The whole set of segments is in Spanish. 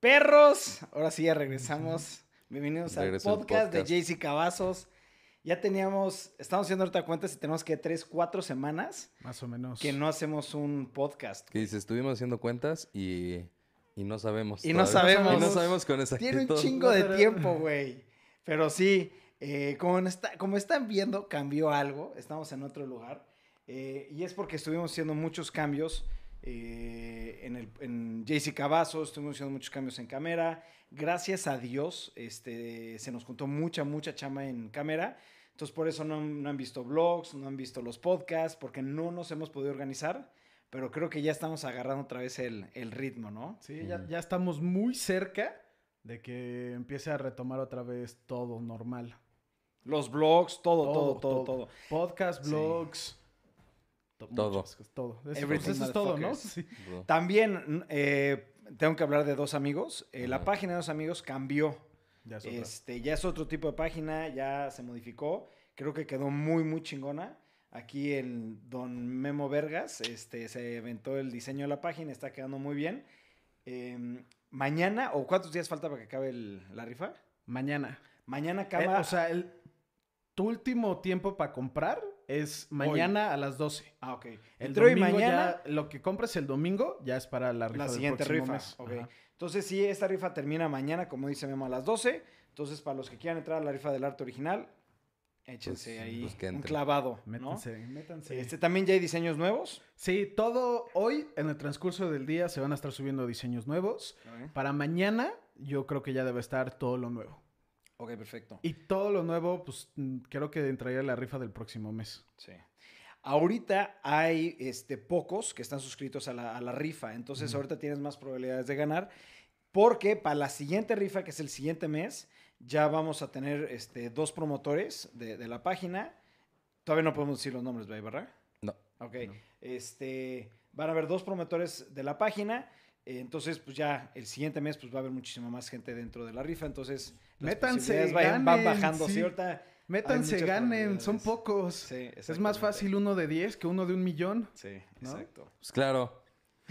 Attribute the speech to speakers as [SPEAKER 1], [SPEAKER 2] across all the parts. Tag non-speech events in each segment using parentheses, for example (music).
[SPEAKER 1] perros. Ahora sí, ya regresamos. Bienvenidos
[SPEAKER 2] Regreso
[SPEAKER 1] al
[SPEAKER 2] al
[SPEAKER 1] podcast,
[SPEAKER 2] podcast.
[SPEAKER 1] de JC Cavazos. Ya teníamos, estamos haciendo ahorita cuentas y tenemos que tres, cuatro semanas
[SPEAKER 3] Más o menos.
[SPEAKER 2] Pues
[SPEAKER 1] que no hacemos un podcast.
[SPEAKER 2] Que dice, estuvimos haciendo cuentas y, y no sabemos.
[SPEAKER 1] Y no
[SPEAKER 2] pues todavía. (laughs)
[SPEAKER 1] sabemos.
[SPEAKER 2] Y no sabemos con
[SPEAKER 3] (laughs)
[SPEAKER 1] Tiene
[SPEAKER 2] exactitud.
[SPEAKER 1] un chingo de
[SPEAKER 3] Pero-
[SPEAKER 1] tiempo, güey. Pero sí, eh, como, está- como están viendo, cambió algo. Estamos en otro lugar. Eh, y es porque estuvimos haciendo muchos cambios eh, en, el, en JC Cavazos, estuvimos haciendo muchos cambios en cámara. Gracias a Dios, este, se nos juntó mucha, mucha chama en cámara. Entonces, por eso no, han- no han visto blogs, no han visto los podcasts, porque no nos hemos podido organizar. Pero creo que ya estamos agarrando otra vez el, el ritmo, ¿no?
[SPEAKER 3] Sí, ya,
[SPEAKER 2] Ujú.
[SPEAKER 3] ya estamos muy cerca de que empiece a retomar otra vez todo normal.
[SPEAKER 1] Los blogs, todo,
[SPEAKER 3] Todo,
[SPEAKER 1] todo, todo.
[SPEAKER 3] todo.
[SPEAKER 1] todo.
[SPEAKER 3] Podcast,
[SPEAKER 1] Sí.
[SPEAKER 3] blogs. to-
[SPEAKER 2] Todo.
[SPEAKER 3] muchas cosas, todo. Eso,
[SPEAKER 1] Everything,
[SPEAKER 3] pues, eso es todo, ¿no?
[SPEAKER 1] motherfuckers.
[SPEAKER 3] Sí.
[SPEAKER 2] Bro.
[SPEAKER 1] También eh, tengo que hablar de dos amigos. Eh, la
[SPEAKER 2] Ajá.
[SPEAKER 1] página de dos amigos cambió.
[SPEAKER 3] Ya es otra.
[SPEAKER 1] Este, ya es otro tipo de página, ya se modificó. Creo que quedó muy, muy chingona. Aquí el don Memo Vergas este, se inventó el diseño de la página, está quedando muy bien. Eh, mañana, o cuántos días falta para que acabe el- la rifa?
[SPEAKER 3] Mañana.
[SPEAKER 1] Mañana
[SPEAKER 3] Eh,
[SPEAKER 1] acaba.
[SPEAKER 3] o sea, el, tu último tiempo para comprar es mañana a las 12.
[SPEAKER 1] ah, ok.
[SPEAKER 3] El
[SPEAKER 1] Entre hoy y
[SPEAKER 3] domingo
[SPEAKER 1] mañana.
[SPEAKER 3] ya- lo que compres el domingo ya es para la rifa
[SPEAKER 1] la
[SPEAKER 3] del
[SPEAKER 1] siguiente
[SPEAKER 3] próximo
[SPEAKER 1] rifa.
[SPEAKER 3] mes.
[SPEAKER 1] ok.
[SPEAKER 3] Ajá.
[SPEAKER 1] Entonces, sí, esta rifa termina mañana, como dice Memo, a las 12. Entonces, para los que quieran entrar a la rifa del arte original, échense
[SPEAKER 2] Pues,
[SPEAKER 1] ahí
[SPEAKER 2] pues, que
[SPEAKER 1] un
[SPEAKER 2] entren.
[SPEAKER 1] clavado, ¿no?
[SPEAKER 3] Métanse, métanse.
[SPEAKER 1] Este, también ya hay diseños nuevos.
[SPEAKER 3] Sí, todo hoy en el transcurso del día se van a estar subiendo diseños nuevos. Para mañana yo creo que ya debe estar todo lo nuevo.
[SPEAKER 1] Ok, perfecto.
[SPEAKER 3] Y todo lo nuevo, pues mm, creo que entraría la rifa del próximo mes.
[SPEAKER 1] Sí. Ahorita hay este, pocos que están suscritos a la, a la rifa, entonces
[SPEAKER 3] Ujú.
[SPEAKER 1] ahorita tienes más probabilidades de ganar, porque para la siguiente rifa, que es el siguiente mes, ya vamos a tener este, dos promotores de, de la página. Todavía no podemos decir los nombres, ¿verdad? ¿verdad?
[SPEAKER 2] No.
[SPEAKER 1] Ok.
[SPEAKER 3] No.
[SPEAKER 1] Este, van a haber dos promotores de la página. eh, Entonces, pues ya el siguiente mes pues va a haber muchísima más gente dentro de la rifa. Entonces, las
[SPEAKER 3] Métanse,
[SPEAKER 1] posibilidades vayan- van
[SPEAKER 3] ganen,
[SPEAKER 1] bajando,
[SPEAKER 3] sí.
[SPEAKER 1] ¿cierta?
[SPEAKER 3] Métanse,
[SPEAKER 1] muchas
[SPEAKER 3] ganen, son
[SPEAKER 1] probabilidades.
[SPEAKER 3] pocos.
[SPEAKER 1] Sí,
[SPEAKER 3] es más
[SPEAKER 1] exactamente.
[SPEAKER 3] fácil uno de 10 que uno de un millón.
[SPEAKER 1] Sí,
[SPEAKER 3] ¿no?
[SPEAKER 1] exacto.
[SPEAKER 2] Pues claro.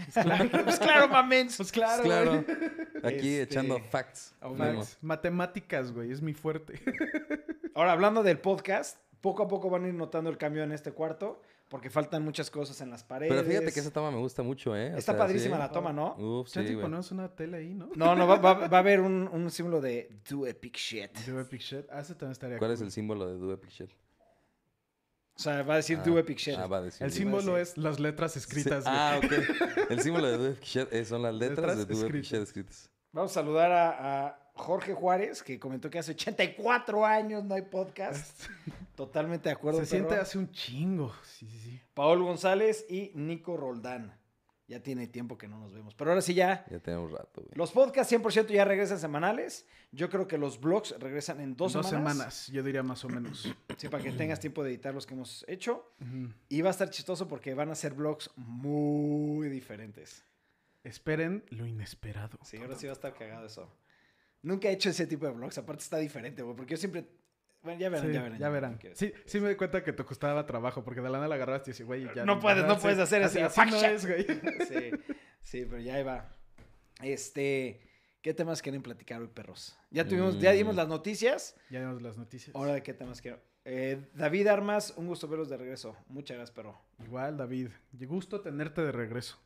[SPEAKER 1] (laughs) pues claro, mamens.
[SPEAKER 3] Pues
[SPEAKER 2] Claro.
[SPEAKER 3] claro,
[SPEAKER 2] claro.
[SPEAKER 3] güey.
[SPEAKER 2] (laughs) Aquí
[SPEAKER 1] Este,
[SPEAKER 2] echando facts.
[SPEAKER 1] facts.
[SPEAKER 2] Memo.
[SPEAKER 3] Max, matemáticas, güey, es mi fuerte. (laughs)
[SPEAKER 1] Ahora, hablando del podcast, poco a poco van a ir notando el cambio en este cuarto, porque faltan muchas cosas en las paredes.
[SPEAKER 2] Pero fíjate que esa toma me gusta mucho, ¿eh? O
[SPEAKER 1] Está
[SPEAKER 2] sea,
[SPEAKER 1] padrísima
[SPEAKER 2] sí. Oh.
[SPEAKER 1] la toma, ¿no?
[SPEAKER 2] Uf,
[SPEAKER 3] Ya
[SPEAKER 2] sí,
[SPEAKER 3] te
[SPEAKER 2] güey.
[SPEAKER 3] ponemos una tela ahí, ¿no?
[SPEAKER 1] No, no, va, va- va a haber un, un símbolo de do epic shit.
[SPEAKER 3] De Epic Shed. Ah, ese también estaría
[SPEAKER 2] ¿Cuál es
[SPEAKER 3] cool.
[SPEAKER 2] el símbolo de Do Epic Shit?
[SPEAKER 1] O sea, va a decir
[SPEAKER 2] Ah,
[SPEAKER 1] do epic shit.
[SPEAKER 2] Ah, va a decir.
[SPEAKER 3] El
[SPEAKER 2] Do-
[SPEAKER 3] símbolo
[SPEAKER 1] Sí.
[SPEAKER 3] es las letras escritas,
[SPEAKER 2] Sí,
[SPEAKER 3] güey.
[SPEAKER 2] Ah, ok. El símbolo de Do Epic Shit
[SPEAKER 1] (laughs)
[SPEAKER 2] eh, son las letras
[SPEAKER 3] Letras
[SPEAKER 2] de Do Epic
[SPEAKER 3] escritas.
[SPEAKER 2] Shit escritas.
[SPEAKER 1] Vamos a saludar a, a Jorge Juárez, que comentó que hace 84 años no hay podcast. Totalmente de acuerdo.
[SPEAKER 3] Se siente
[SPEAKER 1] perro.
[SPEAKER 3] hace un chingo. Sí, sí, sí.
[SPEAKER 1] Paul González y Nico Roldán. Ya tiene tiempo que no nos vemos. Pero ahora sí ya.
[SPEAKER 2] Ya tenemos rato, güey.
[SPEAKER 1] Los podcasts 100% ya regresan semanales. Yo creo que los blogs regresan en dos,
[SPEAKER 3] Dos, semanas. yo diría más o menos.
[SPEAKER 1] Sí, para que tengas tiempo de editar los que hemos hecho.
[SPEAKER 3] Ujú.
[SPEAKER 1] Y va a estar chistoso porque van a ser blogs muy diferentes.
[SPEAKER 3] Esperen lo inesperado.
[SPEAKER 1] Sí, ahora sí va a estar cagado eso. Nunca he hecho ese tipo de blogs. Aparte está diferente, güey. Porque yo siempre... Bueno, ya verán,
[SPEAKER 3] Sí,
[SPEAKER 1] ya verán.
[SPEAKER 3] Ya verán.
[SPEAKER 1] no quiero
[SPEAKER 3] Sí,
[SPEAKER 1] decir.
[SPEAKER 3] sí me di cuenta que te costaba trabajo porque de la nada la agarraste y dices, güey, ya.
[SPEAKER 1] No puedes, no
[SPEAKER 3] sí,
[SPEAKER 1] puedes hacer
[SPEAKER 3] así.
[SPEAKER 1] así,
[SPEAKER 3] Así no
[SPEAKER 1] fuck
[SPEAKER 3] es, güey. (laughs)
[SPEAKER 1] Sí, sí, pero ya ahí va. Este... ¿Qué temas quieren platicar hoy, perros? Ya tuvimos... Ya dimos
[SPEAKER 2] Mm.
[SPEAKER 1] las noticias.
[SPEAKER 3] Ya vimos las noticias.
[SPEAKER 1] Ahora, ¿de qué temas quiero? Eh, David Armas, un gusto verlos de regreso. Muchas gracias, perro.
[SPEAKER 3] Igual, David. Gusto tenerte de regreso.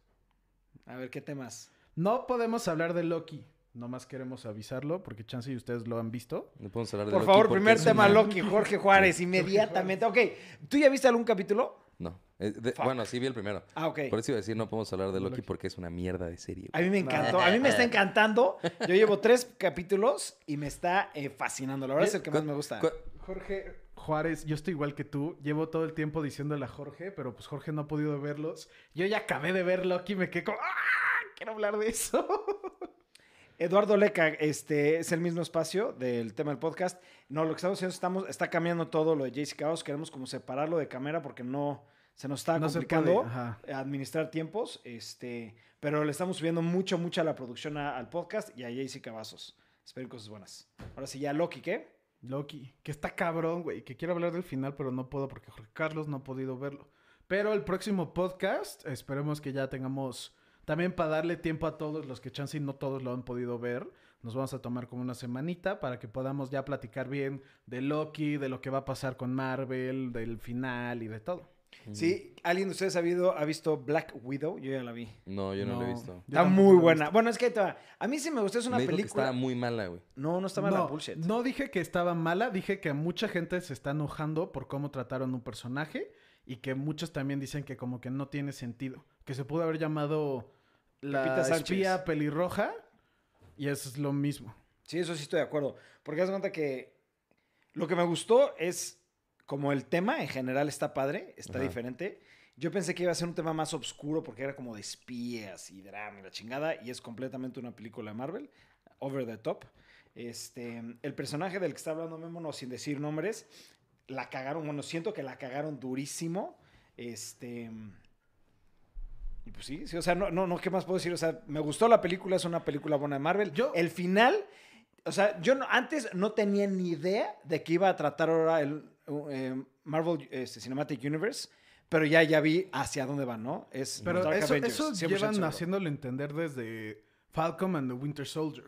[SPEAKER 1] A ver, ¿qué temas?
[SPEAKER 3] No podemos hablar de Loki. Nomás queremos avisarlo porque chance y ustedes lo han visto.
[SPEAKER 2] No podemos hablar de
[SPEAKER 1] Por
[SPEAKER 2] Loki
[SPEAKER 1] favor,
[SPEAKER 2] porque
[SPEAKER 1] primer
[SPEAKER 2] es
[SPEAKER 1] tema,
[SPEAKER 2] una-
[SPEAKER 1] Loki, Jorge
[SPEAKER 2] (laughs)
[SPEAKER 1] Juárez, inmediatamente. Ok, ¿tú ya viste algún capítulo?
[SPEAKER 2] No. Eh, de-
[SPEAKER 1] Fuck.
[SPEAKER 2] Bueno, sí vi el primero.
[SPEAKER 1] Ah, ok.
[SPEAKER 2] Por eso iba a decir, no podemos hablar de
[SPEAKER 3] De
[SPEAKER 2] Loki
[SPEAKER 3] Loki.
[SPEAKER 2] porque es una mierda de serie.
[SPEAKER 1] A mí
[SPEAKER 2] güey.
[SPEAKER 1] me encantó, a mí me está
[SPEAKER 2] (laughs)
[SPEAKER 1] encantando. Yo llevo tres capítulos y me está eh, fascinando. La verdad es el que más me gusta.
[SPEAKER 2] Cu-
[SPEAKER 3] Jorge Juárez, yo estoy igual que tú. Llevo todo el tiempo diciéndole a Jorge, pero pues Jorge no ha podido verlos. Yo ya acabé de ver Loki y me quedé como, ¡ah! Quiero hablar de eso.
[SPEAKER 1] Eduardo Leca, este, es el mismo espacio del tema del podcast. No, lo que estamos haciendo, estamos, está cambiando todo lo de JC Chaos. Queremos como separarlo de cámara porque no, se nos está
[SPEAKER 3] no se puede.
[SPEAKER 1] complicando.
[SPEAKER 3] Ajá.
[SPEAKER 1] administrar tiempos, este, pero le estamos subiendo mucho, mucho a la producción a- al podcast y a JC Cavazos. Esperen cosas buenas. Ahora sí, ya Loki, ¿qué?
[SPEAKER 3] Loki, que está cabrón, güey, que quiero hablar del final, pero no puedo porque Jorge Carlos no ha podido verlo. Pero el próximo podcast, esperemos que ya tengamos También para darle tiempo a todos los que chance y no todos lo han podido ver, nos vamos a tomar como una semanita para que podamos ya platicar bien de Loki, de lo que va a pasar con Marvel, del final y de todo.
[SPEAKER 2] Mm.
[SPEAKER 1] Sí, ¿alguien de ustedes ha, habido- ha visto Black Widow? Yo ya la vi.
[SPEAKER 2] No, yo no, lo he visto.
[SPEAKER 3] Yo
[SPEAKER 1] está
[SPEAKER 3] tampoco
[SPEAKER 1] muy
[SPEAKER 3] la he
[SPEAKER 1] buena. Bueno, es que ahí te va. a mí sí me gustó, es una
[SPEAKER 2] Me dijo que
[SPEAKER 1] película.
[SPEAKER 2] estaba muy mala, güey.
[SPEAKER 1] No, no está mala
[SPEAKER 3] no,
[SPEAKER 1] bullshit.
[SPEAKER 3] no dije que estaba mala, dije que mucha gente se está enojando por cómo trataron un personaje y que muchos también dicen que como que no tiene sentido. Que se pudo haber llamado la
[SPEAKER 1] Pepita Sánchez.
[SPEAKER 3] espía pelirroja y eso es lo mismo.
[SPEAKER 1] Sí, eso sí estoy de acuerdo. Porque haz de cuenta que lo que me gustó es como el tema en general está padre, está
[SPEAKER 2] Ajá.
[SPEAKER 1] diferente. Yo pensé que iba a ser un tema más oscuro porque era como de espías y drama y la chingada y es completamente una película de Marvel, over the top. Este, el personaje del que está hablando Memo, no, sin decir nombres, la cagaron, bueno, siento que la cagaron durísimo. Este. Y pues sí, sí, o sea, no, no, no, ¿qué más puedo decir? O sea, me gustó la película, es una película buena de Marvel.
[SPEAKER 3] Yo-
[SPEAKER 1] el final, o sea, yo no- antes no tenía ni idea de que iba a tratar ahora el uh, eh, Marvel este, Cinematic Universe, pero ya, ya vi hacia dónde van, ¿no? Es
[SPEAKER 3] Pero
[SPEAKER 1] los Dark
[SPEAKER 3] eso,
[SPEAKER 1] Avengers,
[SPEAKER 3] eso
[SPEAKER 1] 100%
[SPEAKER 3] llevan
[SPEAKER 1] seguro.
[SPEAKER 3] haciéndolo entender desde Falcon and the Winter Soldier.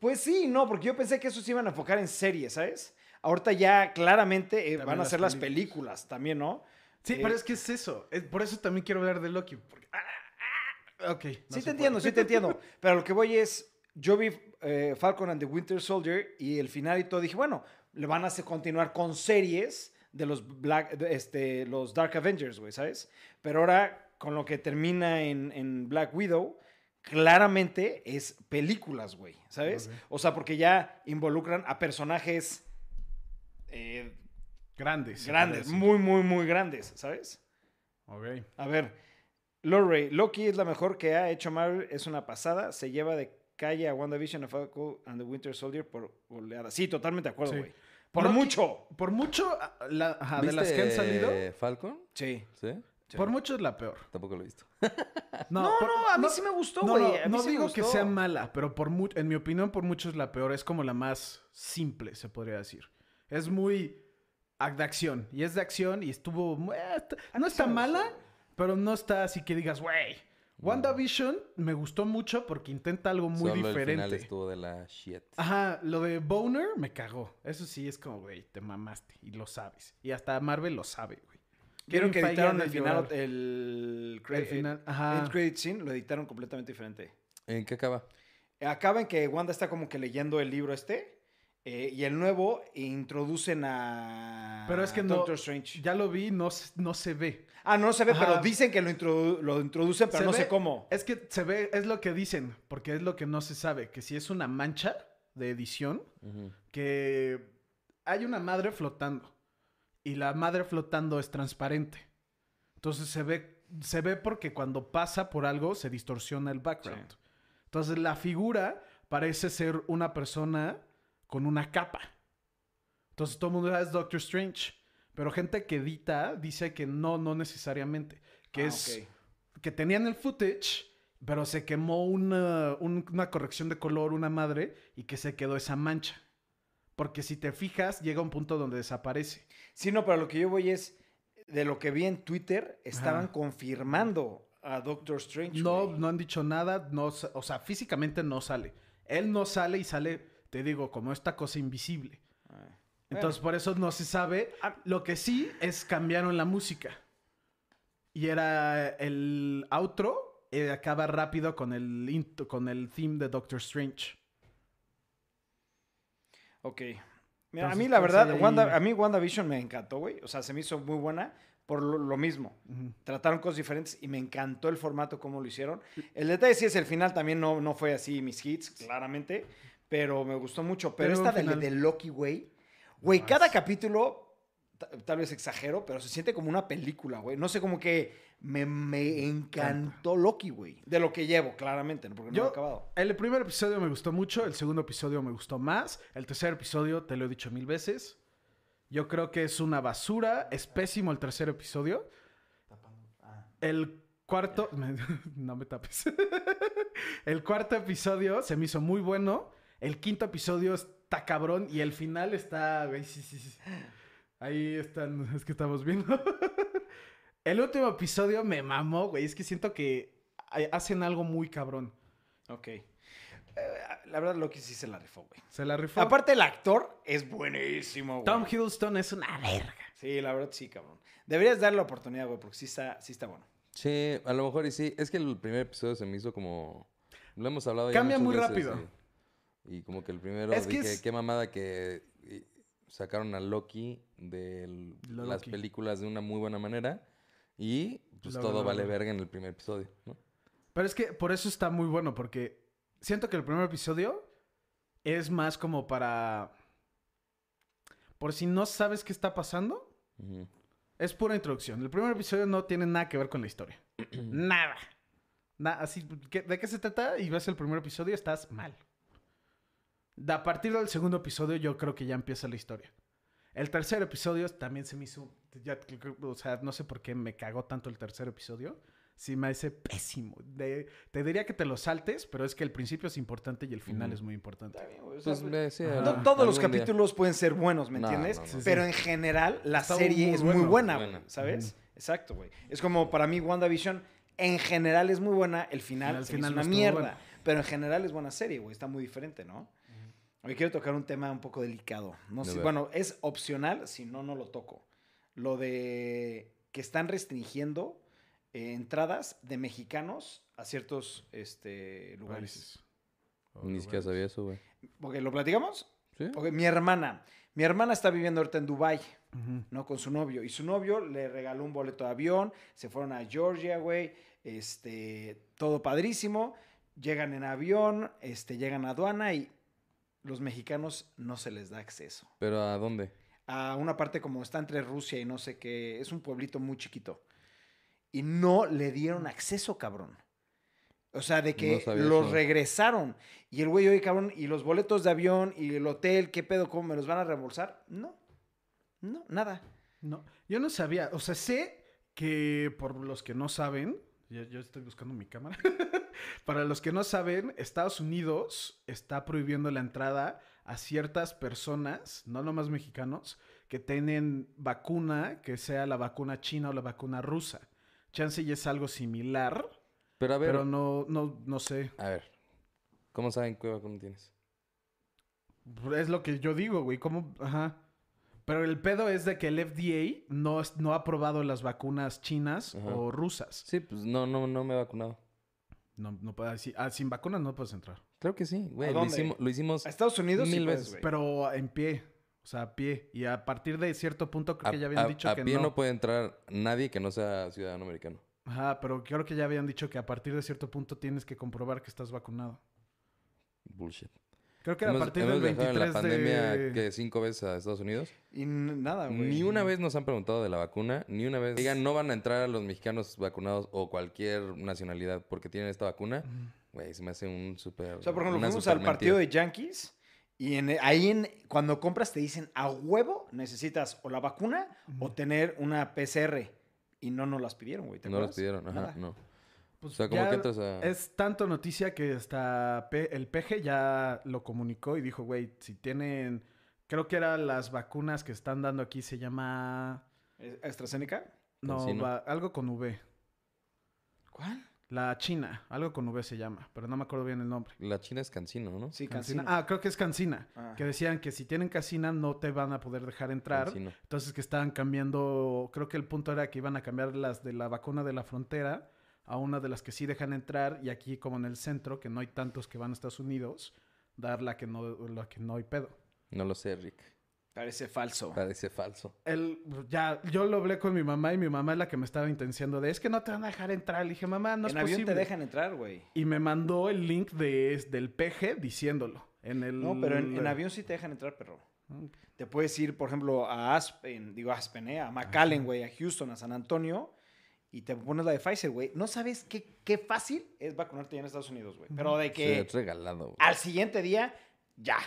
[SPEAKER 1] Pues sí, no, porque yo pensé que esos se iban a enfocar en series, ¿sabes? Ahorita ya claramente eh,
[SPEAKER 3] También
[SPEAKER 1] van a
[SPEAKER 3] las
[SPEAKER 1] ser las
[SPEAKER 3] películas.
[SPEAKER 1] películas también, ¿no?
[SPEAKER 3] Sí,
[SPEAKER 1] Eh,
[SPEAKER 3] pero es que es eso. Es- por eso también quiero hablar de Loki. porque- ah, ah, ok. no
[SPEAKER 1] Sí
[SPEAKER 3] se
[SPEAKER 1] te entiendo,
[SPEAKER 3] puede. (laughs)
[SPEAKER 1] sí te entiendo. Pero lo que voy es, yo vi eh, Falcon and the Winter Soldier y el final y todo, dije, bueno, le van a hacer continuar con series de los Black, de, este, los Dark Avengers, güey, ¿sabes? Pero ahora, con lo que termina en, en Black Widow, claramente es películas, güey, ¿sabes?
[SPEAKER 3] Ok.
[SPEAKER 1] O sea, porque ya involucran a personajes eh,
[SPEAKER 3] Grandes. se
[SPEAKER 1] grandes,
[SPEAKER 3] puede
[SPEAKER 1] muy, muy, muy grandes, ¿sabes?
[SPEAKER 3] decir. Ok.
[SPEAKER 1] A ver, Lorray, Loki es la mejor que ha hecho Marvel, es una pasada, se lleva de calle a WandaVision, a Falcon and the Winter Soldier por oleada. Sí, totalmente de acuerdo,
[SPEAKER 3] Sí.
[SPEAKER 1] güey. Por
[SPEAKER 3] Loki-
[SPEAKER 1] mucho.
[SPEAKER 3] Por mucho, ah, la- ajá, de las que han
[SPEAKER 2] ¿Viste
[SPEAKER 3] salido,
[SPEAKER 2] Falcon?
[SPEAKER 1] Sí.
[SPEAKER 2] Sí.
[SPEAKER 3] por mucho es la
[SPEAKER 2] (laughs)
[SPEAKER 3] peor.
[SPEAKER 2] Tampoco lo he visto.
[SPEAKER 1] No, no,
[SPEAKER 3] por-
[SPEAKER 1] a mí sí me gustó,
[SPEAKER 3] no,
[SPEAKER 1] güey.
[SPEAKER 3] no,
[SPEAKER 1] a mí
[SPEAKER 3] no
[SPEAKER 1] sí me
[SPEAKER 3] digo que
[SPEAKER 1] gustó.
[SPEAKER 3] sea mala, pero por mu- en mi opinión, por mucho es la peor. Es como la más simple, se podría decir. Es muy ac- de acción. Y es de acción y estuvo... mu- eh, está-
[SPEAKER 1] A
[SPEAKER 3] no
[SPEAKER 1] mí sí
[SPEAKER 3] está
[SPEAKER 1] me
[SPEAKER 3] mala,
[SPEAKER 1] gustó, güey.
[SPEAKER 3] pero no está así que digas, güey. WandaVision me gustó mucho porque intenta algo muy
[SPEAKER 2] Solo
[SPEAKER 3] diferente. Ah.
[SPEAKER 2] el final estuvo de la shit.
[SPEAKER 3] Ajá, lo de Boner me cagó. Eso sí es como, güey, te mamaste y lo sabes. Y hasta Marvel lo sabe, güey.
[SPEAKER 1] Vieron que
[SPEAKER 3] Kevin Feige ha
[SPEAKER 1] editaron
[SPEAKER 3] de
[SPEAKER 1] el final,
[SPEAKER 3] llorar.
[SPEAKER 1] el,
[SPEAKER 3] El final, ah. ajá.
[SPEAKER 1] end credit scene, lo editaron completamente diferente.
[SPEAKER 2] ¿En qué acaba?
[SPEAKER 1] Acaba en que Wanda está como que leyendo el libro este. eh, y el nuevo introducen a
[SPEAKER 3] Pero es que no-
[SPEAKER 1] Doctor Strange.
[SPEAKER 3] Ya lo vi, no, se- no se ve.
[SPEAKER 1] Ah, no se ve,
[SPEAKER 3] Ajá.
[SPEAKER 1] pero dicen que lo, introdu- lo introducen, pero
[SPEAKER 3] Se
[SPEAKER 1] no
[SPEAKER 3] ve- Ah,
[SPEAKER 1] sé cómo.
[SPEAKER 3] Es que se ve, es lo que dicen, porque es lo que no se sabe. Que si es una mancha de edición,
[SPEAKER 2] Ujú.
[SPEAKER 3] que hay una madre flotando. Y la madre flotando es transparente. Entonces se ve, se ve porque cuando pasa por algo se distorsiona el background. Entonces la figura parece ser una persona con una capa. Entonces todo el mundo "Ah, es Doctor Strange. Pero gente que edita dice que no, no necesariamente. Que
[SPEAKER 1] Ah,
[SPEAKER 3] es
[SPEAKER 1] ok.
[SPEAKER 3] que tenían el footage, pero se quemó una, un- una corrección de color, una madre, y que se quedó esa mancha. Porque si te fijas, llega un punto donde desaparece.
[SPEAKER 1] Sí, no, pero lo que yo voy es, de lo que vi en Twitter, estaban
[SPEAKER 3] Ajá.
[SPEAKER 1] confirmando a Doctor Strange.
[SPEAKER 3] No,
[SPEAKER 1] güey.
[SPEAKER 3] no han dicho nada, no, sa- o sea, físicamente no sale. Él no sale y sale, te digo, como esta cosa invisible.
[SPEAKER 1] Ah.
[SPEAKER 3] Entonces, por eso no se sabe.
[SPEAKER 1] Ah.
[SPEAKER 3] Lo que sí es cambiaron la música. Y era el outro, eh, acaba rápido con el, int- con el theme de Doctor Strange.
[SPEAKER 1] Ok. Mira, a
[SPEAKER 3] Entonces,
[SPEAKER 1] mí la
[SPEAKER 3] pues,
[SPEAKER 1] verdad,
[SPEAKER 3] ahí-
[SPEAKER 1] Wanda, a mí WandaVision me encantó, güey. O sea, se me hizo muy buena por lo, lo mismo.
[SPEAKER 3] Ujú.
[SPEAKER 1] Trataron cosas diferentes y me encantó el formato, como lo hicieron. El detalle sí es el final también no, no fue así mis hits, claramente. Pero me gustó mucho. Pero,
[SPEAKER 3] Pero
[SPEAKER 1] esta
[SPEAKER 3] un
[SPEAKER 1] del-
[SPEAKER 3] final-
[SPEAKER 1] de, Loki, güey. Güey,
[SPEAKER 3] Más.
[SPEAKER 1] cada capítulo, ta- tal vez exagero, pero se siente como una película, güey. No sé, como que me, me encantó Loki, güey. De lo que llevo, claramente, ¿no? porque no
[SPEAKER 3] Yo-
[SPEAKER 1] lo he acabado.
[SPEAKER 3] El primer episodio me gustó mucho, el segundo episodio me gustó más, el tercer episodio te lo he dicho mil veces. Yo creo que es una basura, es pésimo el tercer episodio. El cuarto, (laughs) me- no me tapes. (laughs) el cuarto episodio se me hizo muy bueno, el quinto episodio está cabrón y el final está, güey, sí, sí, sí. Ahí están, (laughs) es que estamos viendo. el último episodio me mamó, güey, es que siento que a- hacen algo muy cabrón.
[SPEAKER 1] Ok. Eh, la verdad, Loki sí se la rifó, güey.
[SPEAKER 3] Se la rifó.
[SPEAKER 1] Aparte, el actor es buenísimo, güey.
[SPEAKER 3] Tom Hiddleston es una verga.
[SPEAKER 1] Sí, la verdad sí, cabrón. Deberías darle la oportunidad, güey, porque sí está, sí está bueno.
[SPEAKER 2] Sí, a lo mejor y sí. Es que el primer episodio se me hizo como. Lo hemos hablado ya
[SPEAKER 3] Cambia
[SPEAKER 2] muchas
[SPEAKER 3] muy
[SPEAKER 2] veces,
[SPEAKER 3] rápido.
[SPEAKER 2] Y, y como que el primero
[SPEAKER 3] Es que
[SPEAKER 2] dije,
[SPEAKER 3] es-
[SPEAKER 2] qué mamada que y- sacaron a Loki de l-
[SPEAKER 3] Lo
[SPEAKER 2] las
[SPEAKER 3] Loki.
[SPEAKER 2] películas de una muy buena manera. Y pues
[SPEAKER 3] Lo-
[SPEAKER 2] todo
[SPEAKER 3] lo- lo-
[SPEAKER 2] vale
[SPEAKER 3] lo.
[SPEAKER 2] verga en el primer episodio, ¿no?
[SPEAKER 3] Pero es que por eso está muy bueno, porque siento que el primer episodio es más como para... Por si no sabes qué está pasando,
[SPEAKER 2] Ujú.
[SPEAKER 3] es pura introducción. El primer episodio no tiene nada que ver con la
[SPEAKER 2] (clears throat)
[SPEAKER 3] historia. nada. Na- así, ¿qué- ¿De qué se trata? Y ves el primer episodio, estás mal. De- a partir del segundo episodio yo creo que ya empieza la historia. El tercer episodio también se me hizo... ya- o sea, no sé por qué me cagó tanto el tercer episodio. Sí, me hace pésimo. De- te diría que te lo saltes, pero es que el principio es importante y el final
[SPEAKER 2] Ujú.
[SPEAKER 3] es muy importante.
[SPEAKER 1] Está bien, güey. o sea,
[SPEAKER 2] Pues, eh, sí,
[SPEAKER 3] Ajá.
[SPEAKER 1] no
[SPEAKER 2] algún-
[SPEAKER 1] todos los
[SPEAKER 2] algún día.
[SPEAKER 1] capítulos pueden ser buenos, ¿me
[SPEAKER 2] No,
[SPEAKER 1] entiendes?
[SPEAKER 2] no, no.
[SPEAKER 1] Pero en general, la
[SPEAKER 3] Está
[SPEAKER 1] serie
[SPEAKER 3] muy
[SPEAKER 1] es muy
[SPEAKER 3] bueno.
[SPEAKER 1] buena,
[SPEAKER 2] Buena.
[SPEAKER 1] güey, ¿sabes? Exacto, güey. Es como para mí WandaVision, en general es muy buena, el final,
[SPEAKER 3] Al
[SPEAKER 1] se me
[SPEAKER 3] final
[SPEAKER 1] hizo
[SPEAKER 3] no
[SPEAKER 1] una
[SPEAKER 3] estuvo
[SPEAKER 1] mierda.
[SPEAKER 3] buena.
[SPEAKER 1] Pero en general es buena serie, güey. Está muy diferente, ¿no? Hoy quiero tocar un tema un poco delicado. No
[SPEAKER 2] A
[SPEAKER 1] sé,
[SPEAKER 2] ver.
[SPEAKER 1] bueno, es opcional, si no, no lo toco. Lo de que están restringiendo eh, entradas de mexicanos a ciertos este, lugares.
[SPEAKER 3] Oh,
[SPEAKER 2] Ni siquiera sabía eso, güey.
[SPEAKER 1] Porque lo platicamos.
[SPEAKER 2] ¿Sí?
[SPEAKER 1] Ok, mi hermana. Mi hermana está viviendo ahorita en Dubai,
[SPEAKER 3] Ujú.
[SPEAKER 1] ¿no? Con su novio. Y su novio le regaló un boleto de avión. Se fueron a Georgia, güey. Este, todo padrísimo. Llegan en avión, este, llegan a aduana y los mexicanos no se les da acceso.
[SPEAKER 2] ¿Pero a dónde?
[SPEAKER 1] A una parte como está entre Rusia y no sé qué. Es un pueblito muy chiquito. Y no le dieron acceso, cabrón. O sea, de
[SPEAKER 2] No
[SPEAKER 1] que
[SPEAKER 2] sabía
[SPEAKER 1] los
[SPEAKER 2] eso.
[SPEAKER 1] regresaron. Y el güey, oye, cabrón, y los boletos de avión y el hotel, ¿qué pedo? ¿Cómo me los van a reembolsar? No. No, nada.
[SPEAKER 3] No, yo no sabía. O sea, sé que por los que no saben, yo, yo estoy buscando mi cámara. (laughs) Para los que no saben, Estados Unidos está prohibiendo la entrada a ciertas personas, no nomás mexicanos, que tienen vacuna, que sea la vacuna china o la vacuna rusa. Chance y es algo similar,
[SPEAKER 2] Pero a ver,
[SPEAKER 3] pero no, no, no sé.
[SPEAKER 2] a ver. ¿Cómo saben qué vacuna tienes?
[SPEAKER 3] Es lo que yo digo, güey. ¿Cómo? Ajá. Pero el pedo es de que el FDA no, es- no ha aprobado las vacunas chinas
[SPEAKER 2] Ajá.
[SPEAKER 3] o rusas.
[SPEAKER 2] Sí, pues no, no, no me he vacunado.
[SPEAKER 3] No, no puedes decir. Ah, sin vacunas no puedes entrar.
[SPEAKER 2] Claro que sí, güey.
[SPEAKER 1] ¿A
[SPEAKER 2] Lo
[SPEAKER 1] dónde? Ah,
[SPEAKER 2] hicimos, lo hicimos
[SPEAKER 1] A Estados Unidos sí
[SPEAKER 2] Mil
[SPEAKER 1] puedes,
[SPEAKER 2] veces,
[SPEAKER 1] güey.
[SPEAKER 3] Pero en pie. O sea, a pie. Y a partir de cierto punto creo que ya habían dicho
[SPEAKER 2] a
[SPEAKER 3] que
[SPEAKER 2] pie
[SPEAKER 3] no.
[SPEAKER 2] no. puede entrar nadie que no sea ciudadano americano.
[SPEAKER 3] Ajá, pero creo que ya habían dicho que a partir de cierto punto tienes que comprobar que estás vacunado.
[SPEAKER 2] Bullshit.
[SPEAKER 3] Creo que era a
[SPEAKER 2] Hemos-
[SPEAKER 3] partir
[SPEAKER 2] hemos
[SPEAKER 3] del 23
[SPEAKER 2] viajado en la pandemia
[SPEAKER 3] de...
[SPEAKER 2] que cinco veces a Estados Unidos.
[SPEAKER 1] Y n- nada, Ah, güey.
[SPEAKER 2] Ni una vez nos han preguntado de la vacuna, ni una vez. Digan, no van a entrar a los mexicanos vacunados o cualquier nacionalidad porque tienen esta vacuna.
[SPEAKER 3] Ujú.
[SPEAKER 2] Güey, se me hace un súper.
[SPEAKER 1] O sea, por ejemplo, fuimos al partido de Yankees y en, ahí en, cuando compras te dicen a huevo necesitas o la vacuna o tener una PCR. Y no nos las pidieron, güey. ¿te
[SPEAKER 2] No los
[SPEAKER 1] acuerdas?
[SPEAKER 2] pidieron, ajá,
[SPEAKER 1] Nada.
[SPEAKER 2] no.
[SPEAKER 3] Pues
[SPEAKER 2] O sea, como
[SPEAKER 3] ya
[SPEAKER 2] que ah. entras a.
[SPEAKER 3] Es tanto noticia que hasta P- el PG ya lo comunicó y dijo, güey, si tienen... Creo que eran las vacunas que están dando aquí, se llama...
[SPEAKER 1] ¿Es- AstraZeneca?
[SPEAKER 3] No,
[SPEAKER 2] Cancino.
[SPEAKER 3] va- algo con V.
[SPEAKER 1] ¿Cuál?
[SPEAKER 3] La China, algo con V se llama, pero no me acuerdo bien el nombre.
[SPEAKER 2] La China es cancino, ¿no?
[SPEAKER 1] Sí,
[SPEAKER 3] Cancina.
[SPEAKER 1] Cancino.
[SPEAKER 3] Ah, creo que es Cancina.
[SPEAKER 1] Ah.
[SPEAKER 3] Que decían que si tienen Cancina no te van a poder dejar entrar.
[SPEAKER 2] Cancino.
[SPEAKER 3] Entonces que estaban cambiando, creo que el punto era que iban a cambiar las de la vacuna de la frontera a una de las que sí dejan entrar y aquí como en el centro, que no hay tantos que van a Estados Unidos, dar la que no, la que no hay pedo.
[SPEAKER 2] No lo sé, Rick.
[SPEAKER 1] Parece falso.
[SPEAKER 2] Parece falso.
[SPEAKER 3] El, ya, yo lo hablé con mi mamá y mi mamá es la que me estaba intensiando de, es que no te van a dejar entrar. Le dije, mamá, no
[SPEAKER 1] en
[SPEAKER 3] es
[SPEAKER 1] avión
[SPEAKER 3] posible.
[SPEAKER 1] te dejan entrar, güey.
[SPEAKER 3] Y me mandó el link de, del PG diciéndolo. En el,
[SPEAKER 1] No, pero en,
[SPEAKER 3] Mm.
[SPEAKER 1] en avión sí te dejan entrar, perro. Te puedes ir, por ejemplo, a Aspen, digo Aspen, ¿eh? a McAllen, güey, a Houston, a San Antonio, y te pones la de Pfizer, güey. No sabes qué, qué fácil es vacunarte ya en Estados Unidos, güey. Pero de
[SPEAKER 2] Se
[SPEAKER 1] que
[SPEAKER 2] es regalado, güey.
[SPEAKER 1] al siguiente día, ya,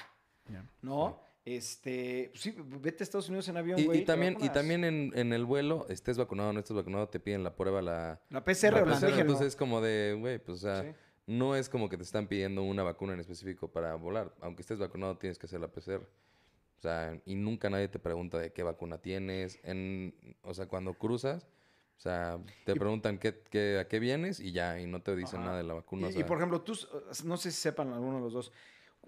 [SPEAKER 3] Ya.
[SPEAKER 1] ¿no? Este, pues sí, vete a Estados Unidos en avión,
[SPEAKER 2] Y-
[SPEAKER 1] güey.
[SPEAKER 2] Y,
[SPEAKER 1] te
[SPEAKER 2] también, y
[SPEAKER 1] vacunas.
[SPEAKER 2] también en, en el vuelo, estés vacunado o no estés vacunado, te piden la prueba, la.
[SPEAKER 1] La PCR
[SPEAKER 2] la
[SPEAKER 1] o la
[SPEAKER 2] PCR,
[SPEAKER 1] antígeno.
[SPEAKER 2] Entonces es como de, güey, pues o sea,
[SPEAKER 1] Sí.
[SPEAKER 2] no es como que te están pidiendo una vacuna en específico para volar. Aunque estés vacunado, tienes que hacer la PCR. O sea, y nunca nadie te pregunta de qué vacuna tienes. En, o sea, cuando cruzas, O sea, te
[SPEAKER 1] Y-
[SPEAKER 2] preguntan qué, qué- a qué vienes y ya, y no te dicen
[SPEAKER 1] Ajá.
[SPEAKER 2] nada de la
[SPEAKER 1] Y,
[SPEAKER 2] vacuna. o
[SPEAKER 1] y,
[SPEAKER 2] sea,
[SPEAKER 1] por ejemplo, tú, s- no sé si sepan alguno de los dos,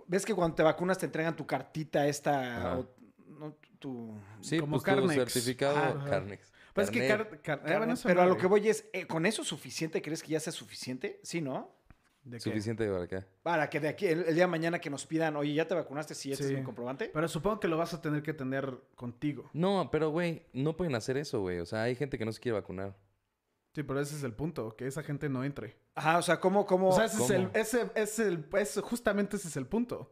[SPEAKER 1] ves que cuando te vacunas te entregan tu cartita esta,
[SPEAKER 2] Ajá.
[SPEAKER 1] o- no, tu...
[SPEAKER 2] sí,
[SPEAKER 3] como
[SPEAKER 2] pues tu
[SPEAKER 3] Carnex.
[SPEAKER 2] certificado
[SPEAKER 3] Ajá.
[SPEAKER 2] Carnex.
[SPEAKER 3] Pues es que
[SPEAKER 2] Carnet.
[SPEAKER 3] car- car-
[SPEAKER 1] carnet,
[SPEAKER 3] ah, bueno, esa
[SPEAKER 1] pero a lo
[SPEAKER 3] madre.
[SPEAKER 1] que voy es, eh, ¿con eso suficiente? ¿Crees que ya sea suficiente? Sí, ¿no?
[SPEAKER 3] ¿De qué?
[SPEAKER 2] Suficiente para acá.
[SPEAKER 1] Para que de aquí, el, el día de mañana que nos pidan, oye, ¿ya te vacunaste? Sí, este
[SPEAKER 3] Sí.
[SPEAKER 1] es mi comprobante.
[SPEAKER 3] Pero supongo que lo vas a tener que tener contigo.
[SPEAKER 2] No, pero güey, no pueden hacer eso, güey. O sea, hay gente que no se quiere vacunar.
[SPEAKER 3] Sí, pero ese es el punto, que esa gente no entre.
[SPEAKER 1] Ajá, o sea, ¿cómo, cómo?
[SPEAKER 3] O sea, ese es el,
[SPEAKER 2] ¿Cómo?
[SPEAKER 3] ese, es el, ese- justamente ese es el punto.